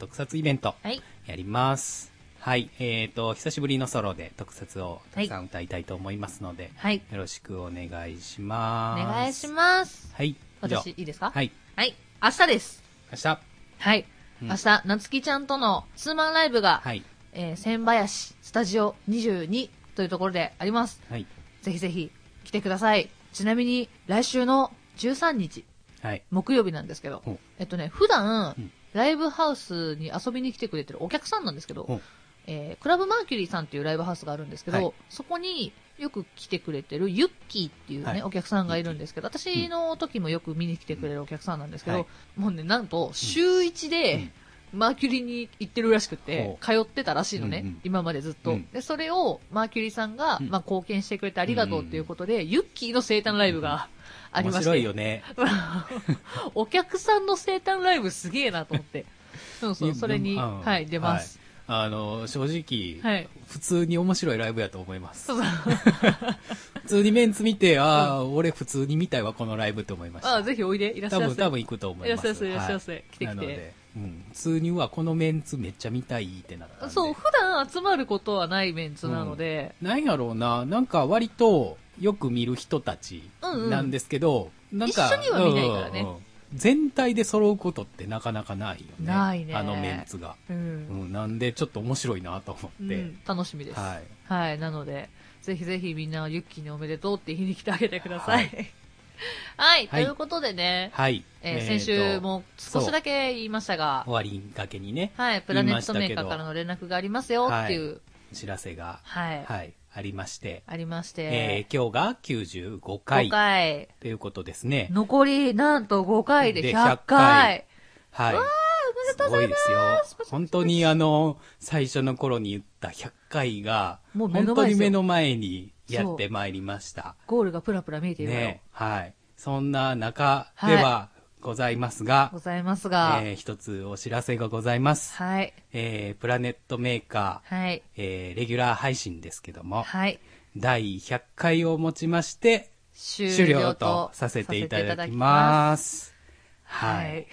Speaker 2: 特撮イベント
Speaker 1: はい。
Speaker 2: やります。はい。えっ、と、久しぶりのソロで特撮をたくさん歌いたいと思いますので、
Speaker 1: はい。
Speaker 2: よろしくお願いし
Speaker 1: お
Speaker 2: ます。
Speaker 1: 願いし
Speaker 2: ま
Speaker 1: ます。
Speaker 2: す。はい。以上
Speaker 1: 私、いいですか
Speaker 2: はい。
Speaker 1: はい。明日です。
Speaker 2: 明日。
Speaker 1: はい。
Speaker 2: うん
Speaker 1: 明日、夏希ちゃんとのツーマンライブが、
Speaker 2: はい。
Speaker 1: えー、千林スタジオ22というところであります。
Speaker 2: はい。
Speaker 1: ぜひぜひ来てください。ちなみに、来週の13日、
Speaker 2: はい。
Speaker 1: 木曜日なんですけど
Speaker 2: ほう、
Speaker 1: えっとね、普段、
Speaker 2: うん
Speaker 1: ライブハウスに遊びに来てくれてるお客さんなんですけど、
Speaker 2: ほう
Speaker 1: えークラブマーキュリーさんっていうライブハウスがあるんですけど、
Speaker 2: はい
Speaker 1: そこによく来てくれてるユッキーっていうね、
Speaker 2: はい
Speaker 1: お客さんがいるんですけど、私の時もよく見に来てくれるお客さんなんですけど、
Speaker 2: はい
Speaker 1: もうね、なんと週1で、マーキュリーに行ってるらしくて
Speaker 2: ほ、う
Speaker 1: 通ってたらしいのね、
Speaker 2: うんうん
Speaker 1: 今までずっと、
Speaker 2: うん
Speaker 1: で。それをマーキュリーさんが、
Speaker 2: うん
Speaker 1: まあ、貢献してくれてありがとうっていうことで、ユッキーの生誕ライブがありま
Speaker 2: 面
Speaker 1: して、
Speaker 2: 白いよね。
Speaker 1: お客さんの生誕ライブすげえなと思って。そうそう、
Speaker 2: い
Speaker 1: それに、
Speaker 2: でもうん
Speaker 1: はい、出ます。
Speaker 2: はいあの、正直、
Speaker 1: はい
Speaker 2: 普通に面白いライブやと思います
Speaker 1: そ。うそう。
Speaker 2: 普通にメンツ見て、ああ、俺普通に見たいわ、このライブって思いました。
Speaker 1: あ、ぜひおいで、いらっしゃ
Speaker 2: 多
Speaker 1: いま
Speaker 2: 分、
Speaker 1: せ。
Speaker 2: 多分行くと思
Speaker 1: い
Speaker 2: い
Speaker 1: らっ
Speaker 2: ま
Speaker 1: しゃ
Speaker 2: す。
Speaker 1: いませ、いらっしゃいま
Speaker 2: は
Speaker 1: せ。来て
Speaker 2: な
Speaker 1: き
Speaker 2: の
Speaker 1: て。
Speaker 2: で、うん、普通にはこのメンツめっちゃ見たいってなったんで。
Speaker 1: そう、普段集まることはないメンツなので、
Speaker 2: なんやろうな、なんか割とよく見る人たち
Speaker 1: うんうん
Speaker 2: なんですけど、なんか、
Speaker 1: 一緒には見ないからね
Speaker 2: うんうんうん全体で揃うことってなかなかないよね。
Speaker 1: ないね
Speaker 2: あのメンツが。
Speaker 1: うん。
Speaker 2: うん、なんでちょっと面白いなと思
Speaker 1: う
Speaker 2: って。
Speaker 1: ん楽しみです。
Speaker 2: はい。
Speaker 1: はい、なので、ぜひぜひみんな、ユッキーにおめでとうって言いに来てあげてくだ さい。はい、と
Speaker 2: はい
Speaker 1: いうことでね、
Speaker 2: はい。
Speaker 1: えー
Speaker 2: ーと
Speaker 1: 先週も少しだけ言いましたが
Speaker 2: 終、わりがけにね、
Speaker 1: はい、プラネットメーカーからの連絡がありますよっていう、
Speaker 2: 知らせが、
Speaker 1: はい、
Speaker 2: はい、ありまして、
Speaker 1: ありまして、
Speaker 2: えー今日が95
Speaker 1: 5
Speaker 2: 回
Speaker 1: 回。
Speaker 2: ということですね。
Speaker 1: 残り、なんと5回で
Speaker 2: で
Speaker 1: 100
Speaker 2: 100
Speaker 1: 回
Speaker 2: 回。はい。すごいですよ。本当にあの、最初の頃に言った100回が、
Speaker 1: もう目
Speaker 2: 本
Speaker 1: の前ですよ
Speaker 2: 当に目の前にやってまいりました。
Speaker 1: ゴールがプラプラ見えているの
Speaker 2: ね。はい。そんな中ではございますが
Speaker 1: ご、ざいますが、
Speaker 2: えー一つお知らせがございます。
Speaker 1: はい、
Speaker 2: えープラネットメーカー、
Speaker 1: はい、
Speaker 2: えーレギュラー配信ですけども、
Speaker 1: はい、
Speaker 2: 第100回をもちまして、終了とさせていただきます。
Speaker 1: すは
Speaker 2: はい
Speaker 1: い。。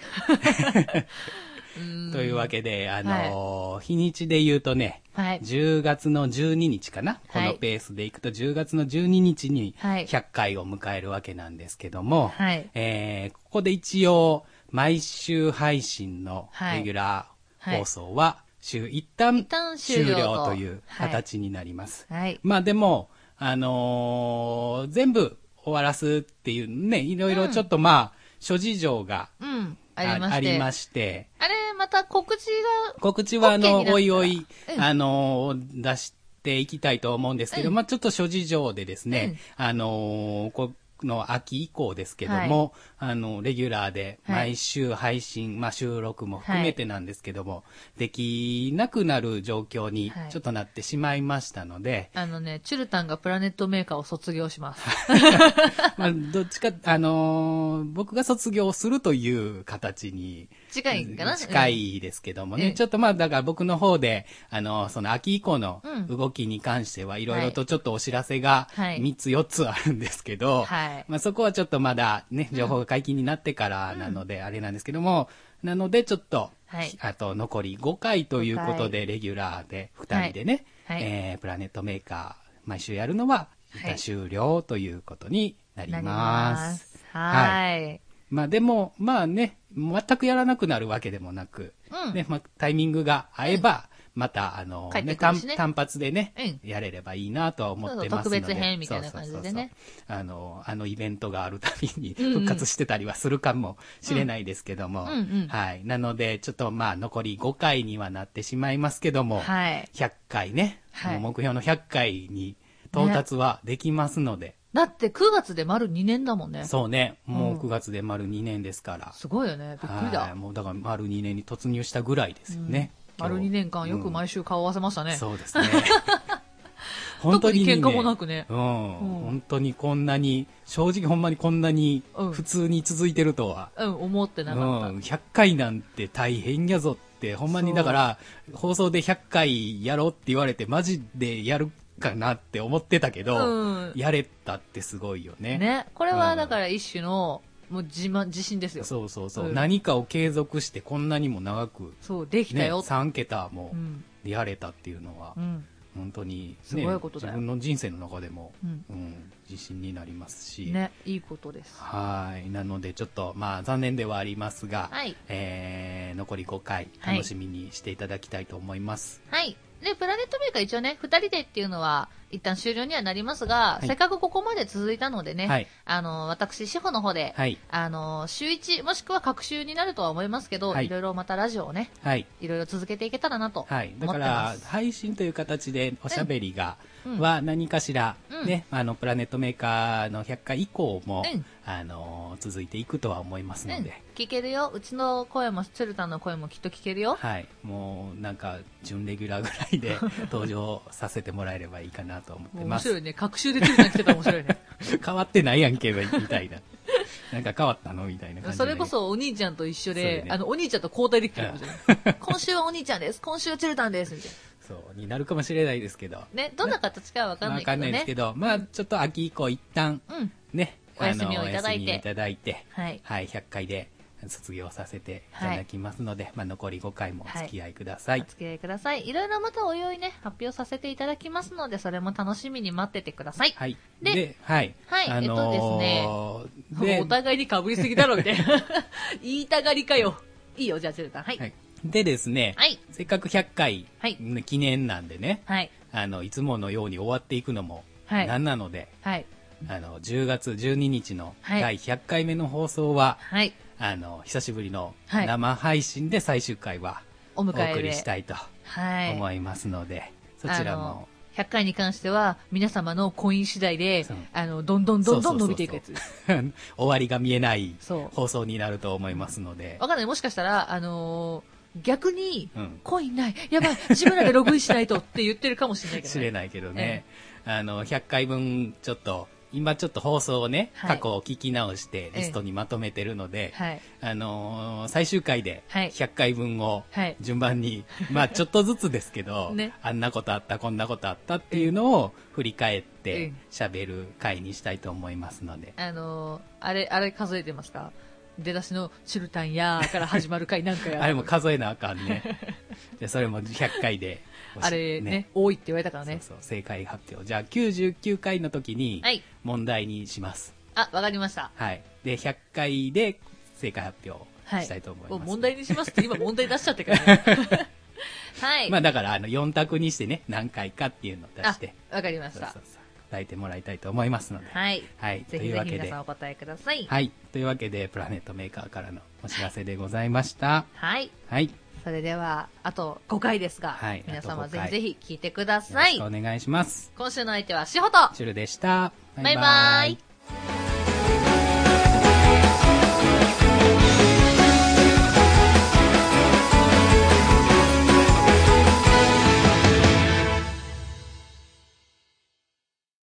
Speaker 1: うん
Speaker 2: というわけで、あのー日にちで言うとね、
Speaker 1: はい。
Speaker 2: 10月の12日かな、
Speaker 1: はい
Speaker 2: このペースでいくと10月の12日に
Speaker 1: はい
Speaker 2: 100回を迎えるわけなんですけども、
Speaker 1: はい
Speaker 2: えーここで一応毎週配信のレギュラ
Speaker 1: はい
Speaker 2: ー放送は週一旦
Speaker 1: 旦終
Speaker 2: 終
Speaker 1: 了と
Speaker 2: 了という
Speaker 1: はい
Speaker 2: 形になります。
Speaker 1: はい。
Speaker 2: まあでも、あのー全部終わらすっていうね、いろいろちょっとまあ、諸事情が
Speaker 1: うん。ありま
Speaker 2: あ
Speaker 1: して。
Speaker 2: あり
Speaker 1: あ
Speaker 2: まして、
Speaker 1: れ、また告知
Speaker 2: 告知は、あ
Speaker 1: OK にな
Speaker 2: の
Speaker 1: っ、たら
Speaker 2: おいおい、
Speaker 1: うん
Speaker 2: あの、出していきたいと思うんですけど、
Speaker 1: うん
Speaker 2: まあちょっと諸事情でですね、あのこの秋以降ですけども、あの、レギュラーで
Speaker 1: はい
Speaker 2: 毎週配信、まあ収録も含めてなんですけども、できなくなる状況に
Speaker 1: はい
Speaker 2: ちょっとなってしまいましたので、
Speaker 1: あのね、チュルタンがプラネットメーカーを卒業します。
Speaker 2: まあ、どっちか、あのー僕が卒業するという形に、
Speaker 1: 近いかな
Speaker 2: 近
Speaker 1: うん
Speaker 2: いですけども
Speaker 1: ええ
Speaker 2: ね。ちょっとまあ、だから僕の方で、あの、その秋以降の
Speaker 1: うん
Speaker 2: 動きに関しては、いろいろとちょっとお知らせが、
Speaker 1: はい
Speaker 2: 3つ4つあるんですけど、
Speaker 1: はい
Speaker 2: まあそこはちょっとまだね、情報が解禁になってからなので、あれなんですけども、なのでちょっと、
Speaker 1: はい
Speaker 2: あと残り5回ということで、レギュラーで2人でね、
Speaker 1: はいはい
Speaker 2: えープラネットメーカー、毎週やるのは、一
Speaker 1: はい
Speaker 2: 旦終了ということになり
Speaker 1: なり
Speaker 2: ま。
Speaker 1: ますす。はい。
Speaker 2: まあでも、まあね、全くやらなくなるわけでもなく、
Speaker 1: うん
Speaker 2: ねまあ、タイミングが合えば、また、あの、
Speaker 1: 帰ってくる
Speaker 2: 単
Speaker 1: しね
Speaker 2: 単発でね、
Speaker 1: う
Speaker 2: やれればいいなとは思ってますの
Speaker 1: そ
Speaker 2: で。
Speaker 1: うそう特別編みたいな感じでね
Speaker 2: そうそうそうそうあの、あのイベントがあるたびに復活してたりはするかもしれないですけども、
Speaker 1: うんうんうん
Speaker 2: はい。なので、ちょっとまあ残り5回にはなってしまいますけども、
Speaker 1: はい。
Speaker 2: 100回ね、
Speaker 1: はい
Speaker 2: もう目標の100回に到達はできますので、
Speaker 1: だって9月で丸2年だもんね。
Speaker 2: そうね、も
Speaker 1: ん
Speaker 2: う9月で丸2年ですから、
Speaker 1: すごいよね。びっくり
Speaker 2: はい
Speaker 1: だ。
Speaker 2: もうだから丸2年に突入したぐらいですよね。
Speaker 1: 丸
Speaker 2: 今日
Speaker 1: 2年間よく毎週顔合わせましたね。
Speaker 2: うんそうですね。 本当に、
Speaker 1: 特に喧嘩もなくね
Speaker 2: うん。
Speaker 1: うん
Speaker 2: 本当にこんなに、正直ほんまにこんなに
Speaker 1: うん
Speaker 2: 普通に続いてるとは。
Speaker 1: うん、思って
Speaker 2: うん、
Speaker 1: なかっ
Speaker 2: 100回なんて大変やぞって、ほんま
Speaker 1: そ
Speaker 2: に
Speaker 1: う
Speaker 2: だから、放送で100回やろうって言われて、マジでやるかなって思ってたけ
Speaker 1: た。
Speaker 2: ど、
Speaker 1: うん。
Speaker 2: やれたってすごいよね。
Speaker 1: ね。これはだから一種の、もう自慢、自信ですよ。
Speaker 2: そうそうそう、
Speaker 1: うん
Speaker 2: 何かを継続してこんなにも長く、
Speaker 1: そう、できた
Speaker 2: ね、
Speaker 1: よ。
Speaker 2: 3桁も
Speaker 1: うん。
Speaker 2: やれたっていうのは
Speaker 1: う、ん。
Speaker 2: 本当に、ね、
Speaker 1: すごいことだよ
Speaker 2: 自分の人生の中でも、
Speaker 1: うん
Speaker 2: うん自信になりますし、
Speaker 1: ね。いいことです。
Speaker 2: はいなのでちょっと、まあ、残念ではありますが、
Speaker 1: はい
Speaker 2: えー残り5回
Speaker 1: はい
Speaker 2: 楽しみにしていただきたいと思います。
Speaker 1: はい。で、プラネットメーカー一応ね、二人でっていうのは、一旦終了にはなりますが、
Speaker 2: はい
Speaker 1: せっかくここまで続いたのでね、
Speaker 2: はい
Speaker 1: あの、私、志保の方で、
Speaker 2: はい、
Speaker 1: あの、週一、もしくは各週になるとは思いますけど、、
Speaker 2: はいい
Speaker 1: ろいろまたラジオをね、
Speaker 2: はい
Speaker 1: いろいろ続けていけたらなと思って
Speaker 2: はい、だか
Speaker 1: ま
Speaker 2: ら
Speaker 1: す。
Speaker 2: 配信という形でおしゃべりが、
Speaker 1: うん
Speaker 2: は何かしら、
Speaker 1: うん
Speaker 2: ね、あのプラネットメーカーの100回以降も、
Speaker 1: うん
Speaker 2: あの続いていくとは思いますの
Speaker 1: うん
Speaker 2: で、、
Speaker 1: 聞けるよ。うちの声も、鶴田の声もきっと聞けるよ。
Speaker 2: はい、もうなんか準レギュラーぐら いで登場させてもらえればいいかなと思って
Speaker 1: 面
Speaker 2: ま
Speaker 1: 白い
Speaker 2: す。
Speaker 1: ね。各週で鶴田来てたら面白いね。
Speaker 2: 変わってないやんけみたいな。 なんか変わったのみたいな感じで
Speaker 1: それこそお兄ちゃんと一緒
Speaker 2: そう
Speaker 1: で、
Speaker 2: だね
Speaker 1: あの、お兄ちゃんと交代できてるかもしれない。今週はお兄ちゃんです。今週は鶴田です。みたい
Speaker 2: そうになるかもしれないですけど。
Speaker 1: な。ね、どんな形かはわかんないけどね。
Speaker 2: ですけど、まあちょっと秋以降一旦
Speaker 1: うん。
Speaker 2: ね、
Speaker 1: お休みを
Speaker 2: あの
Speaker 1: いただいて
Speaker 2: お休みいただいて、
Speaker 1: はい。
Speaker 2: はい、100回で卒業させていただきますので、まあ残り5回もお付き合いください
Speaker 1: お。付き合いください。いろいろまたおいおいね、発表させていただきますので、それも楽しみに待っててください。
Speaker 2: はい。
Speaker 1: で
Speaker 2: はい。
Speaker 1: はい
Speaker 2: え
Speaker 1: もうお互いに被りすぎだろ、みた いな。言いたがりかよ。いいよ、じゃあ、チェルタン。はい。
Speaker 2: はい、でですね、
Speaker 1: はい
Speaker 2: せっかく100回
Speaker 1: はい
Speaker 2: の記念なんでね、
Speaker 1: はい。
Speaker 2: あのいつものように終わっていくのも
Speaker 1: はい
Speaker 2: なんなので、
Speaker 1: はい。
Speaker 2: あの10月12日の
Speaker 1: はい
Speaker 2: 第100回目の放送は、
Speaker 1: はい。
Speaker 2: あの久しぶりの
Speaker 1: はい
Speaker 2: 生配信で最終回は
Speaker 1: お
Speaker 2: お
Speaker 1: 迎えで。
Speaker 2: 送りしたいと
Speaker 1: はい。
Speaker 2: 思いますので、そちら
Speaker 1: あ
Speaker 2: も
Speaker 1: の。100回に関しては、皆様の婚姻次第で
Speaker 2: そう、
Speaker 1: あの、どんどんどんどん伸びていくやつ
Speaker 2: そ
Speaker 1: で
Speaker 2: う
Speaker 1: す。
Speaker 2: そうそう 終わりが見えない
Speaker 1: そう
Speaker 2: 放送になると思いますので
Speaker 1: わ、かんない。もしかしたら、あのー逆に
Speaker 2: うん、
Speaker 1: コインない。やばい。自分らでログインしないとって言ってるかもしれないけど、
Speaker 2: 知
Speaker 1: ね。
Speaker 2: れないけどね、あの100回分ちょっと今ちょっと放送をね、
Speaker 1: はい
Speaker 2: 過去を聞き直してリストにまとめてるので、
Speaker 1: はい。
Speaker 2: あのー最終回で
Speaker 1: はい
Speaker 2: 100回分を
Speaker 1: はい
Speaker 2: 順 番に、まあちょっとずつですけど、
Speaker 1: ね
Speaker 2: あんなことあったこんなことあったっていうのを振り返っ
Speaker 1: う
Speaker 2: て
Speaker 1: ん
Speaker 2: 喋る回にしたいと思いますので、
Speaker 1: あのーあれ、あれ数えてますか出だしのチュルタンやーから始まる回なんかや。
Speaker 2: あれも数えなあかんねでそれも100回で
Speaker 1: あれね多いって言われたからね。
Speaker 2: そうそう正解発表じゃあ99回の時に
Speaker 1: はい
Speaker 2: 問題にします
Speaker 1: あ、わかりました。
Speaker 2: はい、で100回で正解発表
Speaker 1: はい。
Speaker 2: したいと思います、
Speaker 1: もう問題にしますって今問題出しちゃってからね。 はい。
Speaker 2: まあだからあの4択にしてね何回かっていうのを出して
Speaker 1: あ、わかりまし
Speaker 2: そうそう
Speaker 1: た。
Speaker 2: そう答えてもらいたいと思いますので
Speaker 1: はい。
Speaker 2: はい、
Speaker 1: ぜひ
Speaker 2: という
Speaker 1: ぜ
Speaker 2: わ
Speaker 1: ひ
Speaker 2: け
Speaker 1: 皆
Speaker 2: で
Speaker 1: さんお答えください。
Speaker 2: はいというわけでプラネットメーカーからのお知らせでございました
Speaker 1: はい。
Speaker 2: はい、
Speaker 1: それでは、あと5回ですが、
Speaker 2: はい
Speaker 1: 皆
Speaker 2: あ
Speaker 1: 様
Speaker 2: と
Speaker 1: ぜ
Speaker 2: 5
Speaker 1: ひぜ
Speaker 2: 回
Speaker 1: ひ聞いてください
Speaker 2: よ。ろしくお願いします
Speaker 1: 今週の相手はしほと、
Speaker 2: シュルでした
Speaker 1: バイバイ。